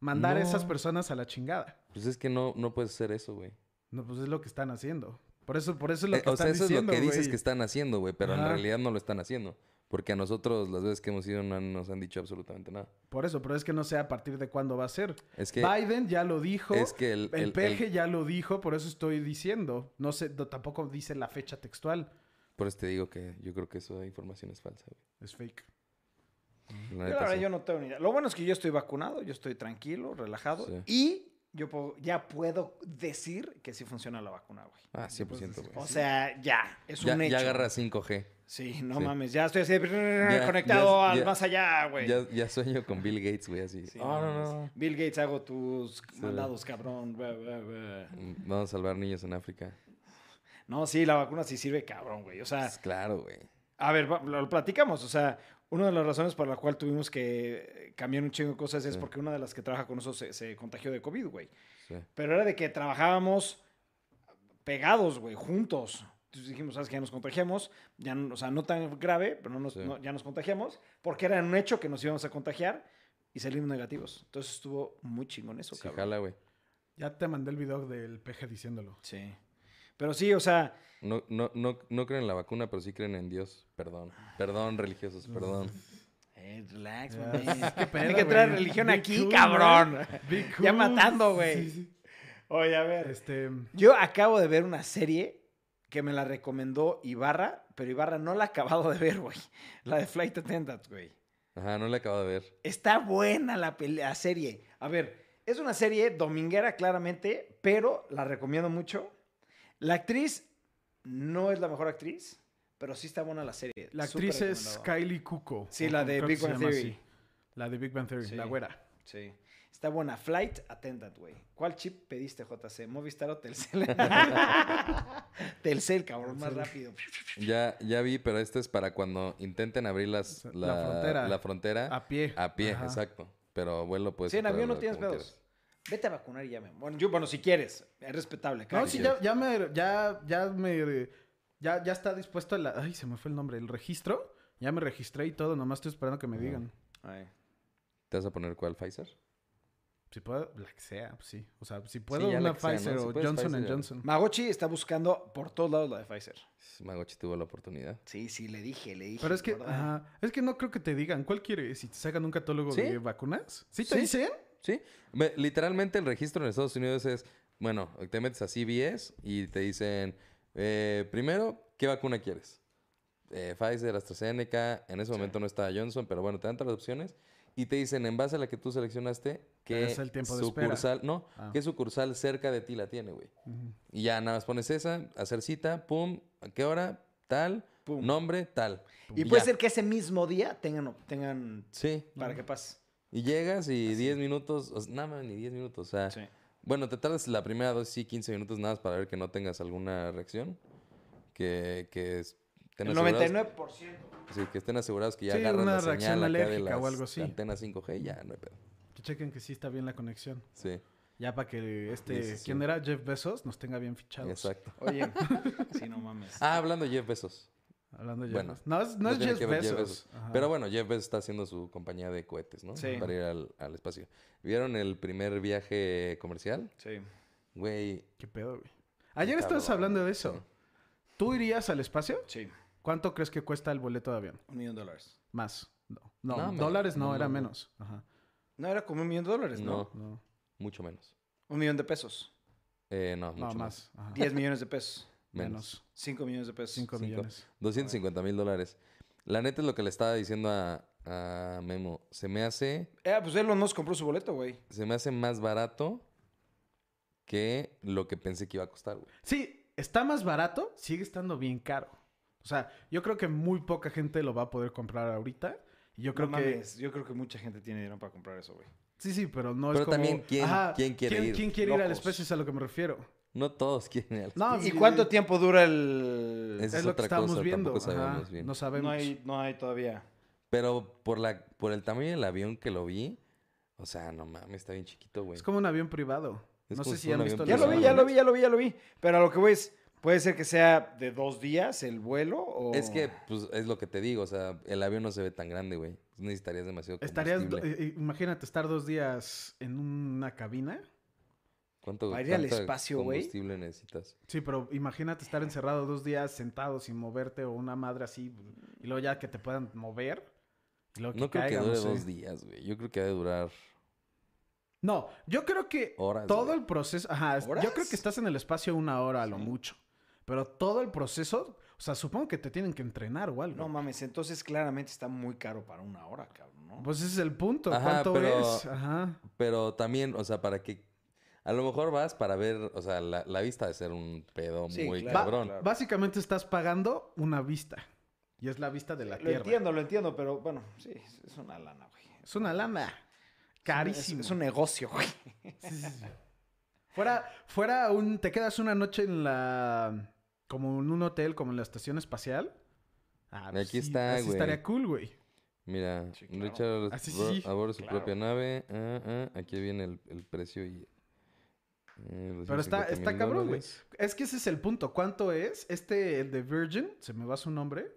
[SPEAKER 3] Mandar a
[SPEAKER 2] No.
[SPEAKER 3] esas personas a la chingada.
[SPEAKER 2] Pues es que no, no puedes hacer eso, güey.
[SPEAKER 3] No, pues es lo que están haciendo. Por eso, por eso es lo
[SPEAKER 2] Eh,
[SPEAKER 3] que
[SPEAKER 2] o sea,
[SPEAKER 3] están
[SPEAKER 2] eso
[SPEAKER 3] diciendo,
[SPEAKER 2] es lo que dices
[SPEAKER 3] güey.
[SPEAKER 2] que están haciendo, güey, pero en
[SPEAKER 3] Ajá.
[SPEAKER 2] realidad no lo están haciendo. Porque a nosotros, las veces que hemos ido, no nos han dicho absolutamente nada.
[SPEAKER 3] Por eso, pero es que no sé a partir de cuándo va a ser.
[SPEAKER 2] Es que,
[SPEAKER 3] Biden ya lo dijo.
[SPEAKER 2] es que el,
[SPEAKER 3] el,
[SPEAKER 2] el- el-
[SPEAKER 3] peje ya lo dijo, por eso estoy diciendo. No sé, no- tampoco dice la fecha textual.
[SPEAKER 2] Por eso te digo que yo creo que esa información es falsa, güey.
[SPEAKER 3] Es fake.
[SPEAKER 2] La
[SPEAKER 1] Yo, la
[SPEAKER 2] neta,
[SPEAKER 1] verdad,
[SPEAKER 2] sí.
[SPEAKER 1] yo no tengo ni idea. Lo bueno es que yo estoy vacunado, yo estoy tranquilo, relajado
[SPEAKER 2] Sí.
[SPEAKER 1] y yo puedo- ya puedo decir que sí funciona la vacuna, güey.
[SPEAKER 2] Ah,
[SPEAKER 3] Pues,
[SPEAKER 2] 100%, güey.
[SPEAKER 1] O sea, ya, es
[SPEAKER 2] ya,
[SPEAKER 1] un hecho.
[SPEAKER 2] ya agarras 5G.
[SPEAKER 1] Sí, no
[SPEAKER 2] Sí.
[SPEAKER 1] mames, ya estoy así de-
[SPEAKER 2] Ya,
[SPEAKER 1] conectado
[SPEAKER 2] ya,
[SPEAKER 1] al
[SPEAKER 2] ya.
[SPEAKER 1] más allá, güey.
[SPEAKER 2] Ya, ya sueño con Bill Gates, güey, así.
[SPEAKER 1] Sí, no
[SPEAKER 2] "Ah, no,
[SPEAKER 1] mames.
[SPEAKER 2] no, no.
[SPEAKER 1] Bill Gates, hago tus mandados, cabrón. bla, bla, bla.
[SPEAKER 2] Mm, Vamos a salvar niños en África.
[SPEAKER 1] No, sí, la vacuna sí sirve, cabrón, güey. O sea,
[SPEAKER 2] Pues claro, güey.
[SPEAKER 1] a ver, va- lo platicamos. O sea, una de las razones por la cual tuvimos que eh, cambiar un chingo de cosas es
[SPEAKER 2] Sí.
[SPEAKER 1] porque una de las que trabaja con nosotros se, se contagió de COVID, güey.
[SPEAKER 2] Sí.
[SPEAKER 1] Pero era de que trabajábamos pegados, güey, juntos. Entonces dijimos, ¿sabes qué? Ya nos contagiamos. Ya, no- o sea, no tan grave, pero no nos-
[SPEAKER 2] Sí.
[SPEAKER 1] no- ya nos contagiamos. Porque era un hecho que nos íbamos a contagiar y salimos negativos. Entonces estuvo muy chingón eso,
[SPEAKER 2] Sí,
[SPEAKER 1] cabrón.
[SPEAKER 2] jala, güey.
[SPEAKER 3] Ya te mandé el video del peje diciéndolo.
[SPEAKER 1] Sí. Pero sí, o sea,
[SPEAKER 2] No, no, no, no creen en la vacuna, pero sí creen en Dios. Perdón. Perdón, religiosos, perdón.
[SPEAKER 1] eh, relax,
[SPEAKER 3] Ya,
[SPEAKER 1] mami.
[SPEAKER 3] (laughs) qué pedo,
[SPEAKER 1] Hay que traer
[SPEAKER 3] güey.
[SPEAKER 1] religión
[SPEAKER 3] Be
[SPEAKER 1] aquí,
[SPEAKER 3] cool,
[SPEAKER 1] cabrón.
[SPEAKER 3] Be
[SPEAKER 1] Ya
[SPEAKER 3] cool.
[SPEAKER 1] matando, güey.
[SPEAKER 3] Sí, sí.
[SPEAKER 1] Oye, a ver.
[SPEAKER 3] Este,
[SPEAKER 1] Yo acabo de ver una serie que me la recomendó Ibarra, pero Ibarra no la ha acabado de ver, güey. La de Flight Attendant, güey.
[SPEAKER 2] Ajá, no le acabo de ver.
[SPEAKER 1] Está buena la, pel- la serie. A ver, es una serie dominguera claramente, pero la recomiendo mucho. La actriz no es la mejor actriz, pero sí está buena la serie.
[SPEAKER 3] la
[SPEAKER 1] Súper
[SPEAKER 3] actriz es
[SPEAKER 1] recomendada.
[SPEAKER 3] Kylie Cuoco.
[SPEAKER 1] Sí,
[SPEAKER 3] o
[SPEAKER 1] la
[SPEAKER 3] como
[SPEAKER 1] de
[SPEAKER 3] creo que
[SPEAKER 1] Big
[SPEAKER 3] se
[SPEAKER 1] Bang
[SPEAKER 3] llama
[SPEAKER 1] Theory.
[SPEAKER 3] así. La de Big Bang Theory,
[SPEAKER 1] Sí.
[SPEAKER 3] la güera.
[SPEAKER 1] Sí. Está buena. Flight Attendant, güey. ¿Cuál chip pediste, JC? ¿Movistar o Telcel? Telcel, cabrón, más
[SPEAKER 3] Telcel.
[SPEAKER 1] rápido.
[SPEAKER 2] Ya, ya vi, pero esto es para cuando intenten abrir las,
[SPEAKER 3] La
[SPEAKER 2] la,
[SPEAKER 3] frontera.
[SPEAKER 2] la frontera a,
[SPEAKER 3] A pie.
[SPEAKER 2] pie,
[SPEAKER 3] Ajá.
[SPEAKER 2] exacto. Pero vuelo, pues.
[SPEAKER 1] Sí, en avión no tienes pedos.
[SPEAKER 2] pedos.
[SPEAKER 1] Vete a vacunar y ya, me Bueno, yo, bueno, si quieres. Es respetable.
[SPEAKER 3] No,
[SPEAKER 1] claro.
[SPEAKER 3] sí, ya, ya me. Ya, ya me. Ya, ya está dispuesto la. Ay, se me fue el nombre. El registro. Ya me registré y todo. Nomás estoy esperando que me
[SPEAKER 2] Ajá.
[SPEAKER 3] digan.
[SPEAKER 1] Ay.
[SPEAKER 2] ¿Te vas a poner cuál, Pfizer?
[SPEAKER 3] Si puedo, la que sea, pues sí. O sea, si puedo,
[SPEAKER 2] ya la
[SPEAKER 3] una
[SPEAKER 2] que sea, ¿no?
[SPEAKER 3] Pfizer
[SPEAKER 2] Si
[SPEAKER 3] o
[SPEAKER 2] puedes,
[SPEAKER 3] Johnson
[SPEAKER 2] Pfizer,
[SPEAKER 3] and
[SPEAKER 2] ya.
[SPEAKER 3] Johnson.
[SPEAKER 1] Magochi está buscando por todos lados la de Pfizer.
[SPEAKER 2] Magochi tuvo la oportunidad.
[SPEAKER 1] Sí, sí, le dije, le dije.
[SPEAKER 3] Pero es que,
[SPEAKER 1] gorda.
[SPEAKER 3] ajá, es que no creo que te digan cuál quieres. Si te sacan un catálogo
[SPEAKER 2] ¿Sí?
[SPEAKER 3] de vacunas. ¿Sí te
[SPEAKER 2] Sí.
[SPEAKER 3] dicen?
[SPEAKER 2] Sí. Me- literalmente el registro en Estados Unidos es, bueno, te metes a CVS y te dicen, eh, primero, ¿qué vacuna quieres? Eh, Pfizer, AstraZeneca, en ese momento no estaba Johnson, pero bueno, te dan todas las opciones y te dicen, en base a la que tú seleccionaste,
[SPEAKER 3] Pero
[SPEAKER 2] qué
[SPEAKER 3] es el tiempo de espera.
[SPEAKER 2] sucursal, no,
[SPEAKER 3] Ah.
[SPEAKER 2] qué sucursal cerca de ti la tiene, güey.
[SPEAKER 3] Ujú.
[SPEAKER 2] Y ya nada más pones esa, hacer cita, pum, ¿a qué hora? Tal,
[SPEAKER 1] Pum.
[SPEAKER 2] nombre, tal.
[SPEAKER 1] Y
[SPEAKER 2] ya.
[SPEAKER 1] puede ser que ese mismo día tengan, tengan
[SPEAKER 2] Sí.
[SPEAKER 1] para que pase.
[SPEAKER 2] Y llegas y 10 minutos, o sea, nada más ni 10 minutos, o sea,
[SPEAKER 1] Sí.
[SPEAKER 2] Bueno, te tardas la primera dosis, sí, 15 minutos nada más para ver que no tengas alguna reacción. Que, que es- estén
[SPEAKER 1] El
[SPEAKER 2] asegurados-
[SPEAKER 1] 99%.
[SPEAKER 2] sí, que estén asegurados que ya
[SPEAKER 3] Sí,
[SPEAKER 2] agarran
[SPEAKER 3] una
[SPEAKER 2] la
[SPEAKER 3] reacción
[SPEAKER 2] señal acá de
[SPEAKER 3] alérgica
[SPEAKER 2] las
[SPEAKER 3] o algo así.
[SPEAKER 2] antenas 5G, ya no hay pedo.
[SPEAKER 3] Que chequen que sí está bien la conexión.
[SPEAKER 2] Sí,
[SPEAKER 3] Ya para que este.
[SPEAKER 2] Sí, sí, sí.
[SPEAKER 3] ¿Quién era? Jeff Bezos nos tenga bien fichados.
[SPEAKER 2] exacto.
[SPEAKER 1] (laughs) Oye, sí, no mames.
[SPEAKER 2] Ah, hablando de Jeff Bezos.
[SPEAKER 3] Hablando de Jeff
[SPEAKER 2] Bueno,
[SPEAKER 3] Bezos. No, es, no es
[SPEAKER 2] tiene
[SPEAKER 3] Jeff
[SPEAKER 2] que ver
[SPEAKER 3] Bezos.
[SPEAKER 2] Jeff
[SPEAKER 3] Ajá.
[SPEAKER 2] Pero bueno, Jeff Bezos está haciendo su compañía de cohetes, ¿no?
[SPEAKER 1] Sí.
[SPEAKER 2] Para ir al, al espacio. ¿Vieron el primer viaje comercial?
[SPEAKER 1] Sí.
[SPEAKER 2] Güey, eh,
[SPEAKER 3] ¿Qué pedo, güey? Ayer
[SPEAKER 2] Qué
[SPEAKER 3] estabas
[SPEAKER 2] cabrón,
[SPEAKER 3] hablando de
[SPEAKER 2] güey.
[SPEAKER 3] eso. ¿Tú irías al espacio?
[SPEAKER 1] Sí.
[SPEAKER 3] ¿Cuánto crees que cuesta el boleto de avión?
[SPEAKER 1] Un millón de dólares.
[SPEAKER 3] Más. No, no,
[SPEAKER 2] No, me-
[SPEAKER 3] dólares no,
[SPEAKER 2] no,
[SPEAKER 3] era
[SPEAKER 2] no, no.
[SPEAKER 3] menos. Ajá.
[SPEAKER 1] No, era como un millón de dólares, ¿no?
[SPEAKER 2] no,
[SPEAKER 3] No,
[SPEAKER 2] mucho menos.
[SPEAKER 1] Un millón de pesos.
[SPEAKER 2] Eh, no,
[SPEAKER 3] no
[SPEAKER 2] mucho más.
[SPEAKER 3] más. Ajá.
[SPEAKER 1] 10 millones de pesos.
[SPEAKER 2] Menos.
[SPEAKER 3] Menos.
[SPEAKER 1] 5 millones de pesos.
[SPEAKER 3] 5
[SPEAKER 2] Cinco.
[SPEAKER 3] millones.
[SPEAKER 2] 250 mil dólares. La neta es lo que le estaba diciendo a, a Memo. Se me hace,
[SPEAKER 1] Eh, pues Elon Musk compró su boleto, güey.
[SPEAKER 2] se me hace más barato que lo que pensé que iba a costar, güey.
[SPEAKER 3] Sí, está más barato, sigue estando bien caro. sea, yo creo que muy poca gente lo va a poder comprar ahorita. Y yo creo
[SPEAKER 1] No
[SPEAKER 3] que.
[SPEAKER 1] mames, Yo creo que mucha gente tiene dinero para comprar eso, güey.
[SPEAKER 3] Sí, sí, pero no es
[SPEAKER 2] Pero
[SPEAKER 3] como.
[SPEAKER 2] también, ¿quién- quién quiere ir?
[SPEAKER 3] ¿Quién quiere ir al
[SPEAKER 1] Locos.
[SPEAKER 3] Space? Es a lo que me refiero.
[SPEAKER 2] No todos (laughs) quieren ir al-
[SPEAKER 3] No,
[SPEAKER 1] ¿Y
[SPEAKER 3] sí,
[SPEAKER 1] cuánto tiempo dura el...?
[SPEAKER 2] Es-
[SPEAKER 3] Es lo que
[SPEAKER 2] otra
[SPEAKER 3] estamos
[SPEAKER 2] cosa,
[SPEAKER 3] viendo.
[SPEAKER 2] tampoco
[SPEAKER 3] ajá,
[SPEAKER 2] sabemos bien.
[SPEAKER 3] No sabemos.
[SPEAKER 1] No hay, no hay todavía.
[SPEAKER 2] Pero por, la, por el tamaño del avión que lo vi, o sea, no mames, está bien chiquito, güey.
[SPEAKER 3] Es como un avión privado.
[SPEAKER 2] Es
[SPEAKER 3] no
[SPEAKER 2] como
[SPEAKER 3] sé
[SPEAKER 2] si
[SPEAKER 3] si han
[SPEAKER 2] fuera un
[SPEAKER 3] visto
[SPEAKER 2] avión
[SPEAKER 1] Ya
[SPEAKER 3] los
[SPEAKER 1] lo vi,
[SPEAKER 2] Pues,
[SPEAKER 1] ya
[SPEAKER 2] no,
[SPEAKER 1] lo vi, ya lo vi, ya lo vi. Pero a lo que voy es, puede ser que sea de dos días el vuelo o...
[SPEAKER 2] Es que, pues, es lo que te digo, o sea, el avión no se ve tan grande, güey. Necesitarías demasiado
[SPEAKER 3] Estarías, do-
[SPEAKER 2] combustible.
[SPEAKER 3] eh, eh, imagínate estar dos días en una cabina.
[SPEAKER 2] ¿Cuánto,
[SPEAKER 1] para ir al
[SPEAKER 2] cuánto
[SPEAKER 1] espacio, güey?
[SPEAKER 2] combustible necesitas?
[SPEAKER 3] Sí, pero imagínate estar encerrado dos días sentado sin moverte o una madre así y luego ya que te puedan mover. y luego
[SPEAKER 2] No creo
[SPEAKER 3] caiga,
[SPEAKER 2] que dure
[SPEAKER 3] sé.
[SPEAKER 2] dos días, güey. Yo creo que debe durar
[SPEAKER 3] No, yo creo que
[SPEAKER 2] horas.
[SPEAKER 3] todo
[SPEAKER 2] güey.
[SPEAKER 3] el proceso, ajá, es- yo creo
[SPEAKER 1] ¿Horas?
[SPEAKER 3] que estás en el espacio una hora a lo
[SPEAKER 1] Sí.
[SPEAKER 3] mucho, pero todo el proceso, o sea, supongo que te tienen que entrenar o algo.
[SPEAKER 1] No mames, entonces claramente está muy caro para una hora, cabrón, ¿no?
[SPEAKER 3] pues ese es el punto,
[SPEAKER 2] Ajá,
[SPEAKER 3] ¿cuánto
[SPEAKER 2] pero-
[SPEAKER 3] es? Ajá.
[SPEAKER 2] Pero también, o sea, para que... A lo mejor vas para ver, o sea, la, la vista de ser un pedo
[SPEAKER 1] Sí,
[SPEAKER 2] muy
[SPEAKER 1] claro,
[SPEAKER 2] cabrón.
[SPEAKER 1] claro.
[SPEAKER 3] Básicamente estás pagando una vista y es la vista de la
[SPEAKER 1] lo
[SPEAKER 3] Tierra.
[SPEAKER 1] entiendo, lo entiendo, pero bueno, sí, es- es una lana, güey.
[SPEAKER 3] Es una lana. Carísimo.
[SPEAKER 1] Es, es un negocio, güey.
[SPEAKER 3] Sí, sí, sí. Fuera, fuera un. Te quedas una noche en la. Como en un hotel, como en la estación espacial. Ah,
[SPEAKER 2] Aquí está,
[SPEAKER 3] así
[SPEAKER 2] güey.
[SPEAKER 3] estaría cool, güey.
[SPEAKER 2] Mira,
[SPEAKER 1] Sí, claro.
[SPEAKER 2] Richard
[SPEAKER 3] Así
[SPEAKER 2] ro-
[SPEAKER 3] Ah, sí,
[SPEAKER 2] a bordo de su
[SPEAKER 1] claro.
[SPEAKER 2] propia nave. Ah, ah, aquí viene el, el precio y... eh,
[SPEAKER 3] Pero está,
[SPEAKER 2] 250
[SPEAKER 3] está
[SPEAKER 2] mil
[SPEAKER 3] cabrón, güey.
[SPEAKER 2] dólares.
[SPEAKER 3] Es que ese es el punto. ¿Cuánto es? Este, el de Virgin, se me va su nombre.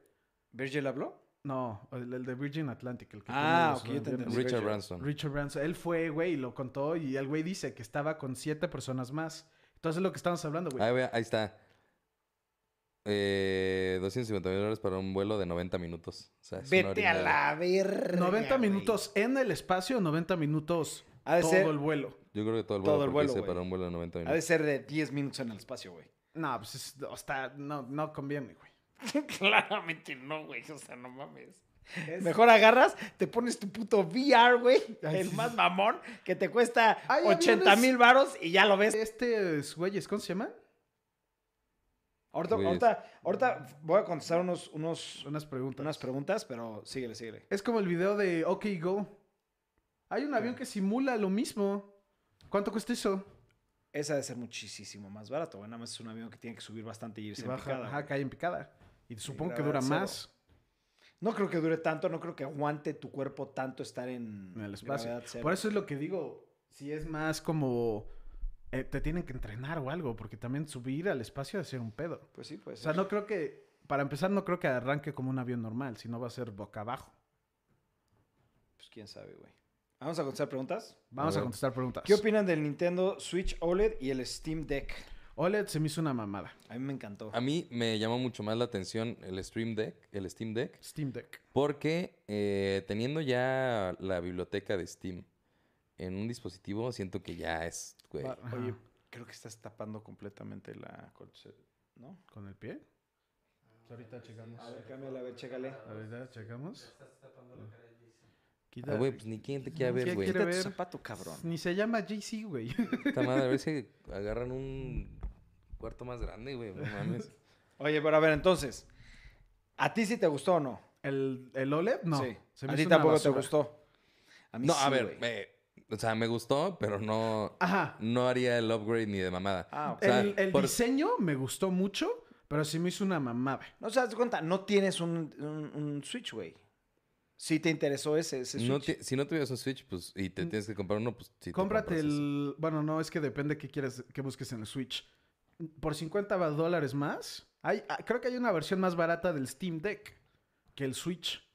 [SPEAKER 1] ¿Virgil habló?
[SPEAKER 3] No, el, el de Virgin Atlantic, el que
[SPEAKER 1] Ah,
[SPEAKER 3] tiene
[SPEAKER 1] ok, yo
[SPEAKER 3] los
[SPEAKER 1] te entendí.
[SPEAKER 3] aviones.
[SPEAKER 2] Richard
[SPEAKER 1] Richard.
[SPEAKER 2] Branson.
[SPEAKER 3] Richard Branson. Él fue, güey, y lo contó. Y el güey dice que estaba con siete personas más. Entonces es lo que estamos hablando, güey.
[SPEAKER 1] Ah,
[SPEAKER 2] Ahí, Ah, vea, ahí está. Eh, 250 mil dólares para un vuelo de 90 minutos. O sea, es una
[SPEAKER 1] Vete a
[SPEAKER 2] orinada.
[SPEAKER 1] la verga.
[SPEAKER 3] 90
[SPEAKER 1] güey.
[SPEAKER 3] minutos en el espacio, 90 minutos
[SPEAKER 1] Ha de
[SPEAKER 3] todo
[SPEAKER 1] ser-
[SPEAKER 3] el vuelo.
[SPEAKER 2] Yo creo que todo el vuelo,
[SPEAKER 1] Todo el
[SPEAKER 2] porque
[SPEAKER 1] vuelo,
[SPEAKER 2] dice
[SPEAKER 1] güey.
[SPEAKER 2] para un vuelo de
[SPEAKER 1] Ha
[SPEAKER 2] 90
[SPEAKER 1] de
[SPEAKER 2] minutos.
[SPEAKER 1] ser de 10 minutos en el espacio, güey.
[SPEAKER 3] No, pues es- o está, no, no conviene, güey.
[SPEAKER 1] (laughs) Claramente no, güey. O sea, no mames. Mejor agarras, te pones tu puto VR, güey.
[SPEAKER 3] Ay,
[SPEAKER 1] El
[SPEAKER 3] sí,
[SPEAKER 1] más
[SPEAKER 3] sí.
[SPEAKER 1] mamón, que te cuesta
[SPEAKER 3] Hay
[SPEAKER 1] 80
[SPEAKER 3] aviones-
[SPEAKER 1] mil varos y ya lo ves.
[SPEAKER 3] Este es, güey, ¿es- ¿cómo se llama?
[SPEAKER 1] Ahorita,
[SPEAKER 2] Güey, es-
[SPEAKER 1] ahorita, ahorita voy a contestar unos, unos,
[SPEAKER 3] Unas preguntas.
[SPEAKER 1] unas preguntas, pero síguele, síguele.
[SPEAKER 3] Es como el video de OK Go. Hay un avión que simula lo mismo. ¿Cuánto cuesta eso?
[SPEAKER 1] Esa debe ser muchísimo más barato, güey. Nada más es un avión que tiene que subir bastante y irse
[SPEAKER 3] Y
[SPEAKER 1] en
[SPEAKER 3] baja,
[SPEAKER 1] picada,
[SPEAKER 3] ajá,
[SPEAKER 1] güey.
[SPEAKER 3] cae en picada. Y supongo que
[SPEAKER 1] grabar
[SPEAKER 3] dura
[SPEAKER 1] en cero.
[SPEAKER 3] más.
[SPEAKER 1] No creo que dure tanto, no creo que aguante tu cuerpo tanto estar en,
[SPEAKER 3] En el espacio.
[SPEAKER 1] gravedad cero.
[SPEAKER 3] Por eso es lo que digo. Si es más como... eh, te tienen que entrenar o algo, porque también subir al espacio debe ser un pedo.
[SPEAKER 1] Pues sí, pues.
[SPEAKER 3] O sea, no creo que... Para empezar, no creo que arranque como un avión normal, sino va a ser boca abajo.
[SPEAKER 1] Pues quién sabe, güey. Vamos a contestar preguntas.
[SPEAKER 3] Vamos
[SPEAKER 2] A
[SPEAKER 3] a,
[SPEAKER 2] ver.
[SPEAKER 3] contestar preguntas.
[SPEAKER 1] ¿Qué opinan del Nintendo Switch OLED y el Steam Deck?
[SPEAKER 3] OLED se me hizo una mamada.
[SPEAKER 1] A mí me encantó.
[SPEAKER 2] A mí me llamó mucho más la atención el Stream Deck, el Steam Deck,
[SPEAKER 3] Steam Deck.
[SPEAKER 2] porque eh, teniendo ya la biblioteca de Steam en un dispositivo, siento que ya es, güey.
[SPEAKER 3] Va- ajá.
[SPEAKER 1] Oye, creo que estás tapando completamente la colchera, ¿no?
[SPEAKER 3] ¿Con el pie? Ahorita checamos.
[SPEAKER 1] A ver, cámbiala, a ver, chécale.
[SPEAKER 3] Ahorita checamos.
[SPEAKER 2] Ah, güey, pues ni quién te quiere ver,
[SPEAKER 3] ¿Quién
[SPEAKER 2] güey.
[SPEAKER 3] quiere
[SPEAKER 1] Quita tu
[SPEAKER 3] ver?
[SPEAKER 1] zapato, cabrón.
[SPEAKER 3] Ni se llama JC, güey. (laughs)
[SPEAKER 2] Esta madre, a ver si agarran un cuarto más grande, güey. No mames.
[SPEAKER 1] Oye, pero a ver, entonces, ¿a ti sí te gustó o no?
[SPEAKER 3] ¿El, el OLED? No.
[SPEAKER 1] Sí.
[SPEAKER 3] Se me
[SPEAKER 1] ¿A ti
[SPEAKER 3] hizo una
[SPEAKER 1] tampoco te
[SPEAKER 3] basura.
[SPEAKER 1] gustó? A mí
[SPEAKER 2] No,
[SPEAKER 1] sí,
[SPEAKER 2] a ver,
[SPEAKER 1] güey.
[SPEAKER 2] me- o sea, me gustó, pero no,
[SPEAKER 3] Ajá.
[SPEAKER 2] no haría el upgrade ni de mamada.
[SPEAKER 1] Ah, ok.
[SPEAKER 2] Eh. sea,
[SPEAKER 3] el el
[SPEAKER 2] por-
[SPEAKER 3] diseño me gustó mucho, pero se me hizo una mamada.
[SPEAKER 1] No, o sea, haz de cuenta, no tienes un, un- un Switch, güey. Sí te interesó ese, ese Switch.
[SPEAKER 2] No ti- si no tuvieras un Switch, pues, y te
[SPEAKER 3] Mm.
[SPEAKER 2] tienes que comprar uno, pues sí te
[SPEAKER 3] Cómprate
[SPEAKER 2] compras ese.
[SPEAKER 3] el... Bueno, no, es que depende qué quieres, qué busques en el Switch. Por 50 dólares más, hay, ah, creo que hay una versión más barata del Steam Deck que el Switch.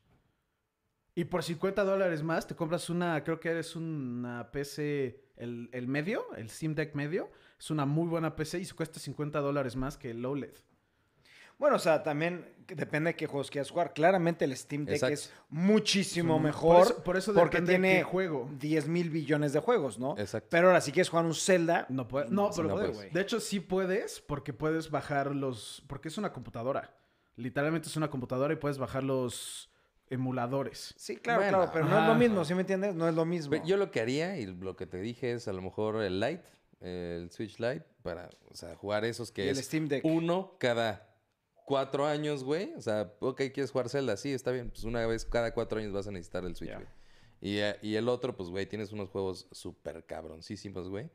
[SPEAKER 3] Y por 50 dólares más te compras una, creo que eres una PC, el, el medio, el Steam Deck medio. Es una muy buena PC y se cuesta 50 dólares más que el E OLED.
[SPEAKER 1] Bueno, o sea, también que depende de qué juegos quieras jugar. Claramente el Steam Deck
[SPEAKER 2] Exacto.
[SPEAKER 1] es muchísimo
[SPEAKER 3] Por
[SPEAKER 1] mejor
[SPEAKER 3] eso- por eso
[SPEAKER 1] porque
[SPEAKER 3] depende de qué
[SPEAKER 1] tiene
[SPEAKER 3] juego.
[SPEAKER 1] 10 mil billones de juegos, ¿no?
[SPEAKER 2] Exacto.
[SPEAKER 1] Pero ahora, si quieres jugar un Zelda,
[SPEAKER 3] No puedes. No, pero
[SPEAKER 2] Mm, no
[SPEAKER 3] puedes.
[SPEAKER 2] puedes.
[SPEAKER 3] De hecho, sí puedes porque puedes bajar los. Porque es una computadora. Literalmente es una computadora y puedes bajar los emuladores.
[SPEAKER 1] Sí, claro,
[SPEAKER 2] Bueno,
[SPEAKER 1] claro, pero no es lo
[SPEAKER 3] ajá.
[SPEAKER 1] mismo, ¿sí me entiendes? No es lo mismo.
[SPEAKER 2] Ve, Yo lo que haría, y lo que te dije, es a lo mejor el Lite, el Switch Lite, para, o sea, jugar esos
[SPEAKER 1] Y
[SPEAKER 2] que
[SPEAKER 1] el
[SPEAKER 2] es
[SPEAKER 1] Steam Deck.
[SPEAKER 2] uno cada cuatro años, güey. O sea, ok, quieres jugar Zelda, sí, está bien. Pues una vez cada cuatro años vas a necesitar el Switch,
[SPEAKER 1] Ya.
[SPEAKER 2] güey. Y, eh, Y, el otro, pues, güey, tienes unos juegos súper cabroncísimos, güey.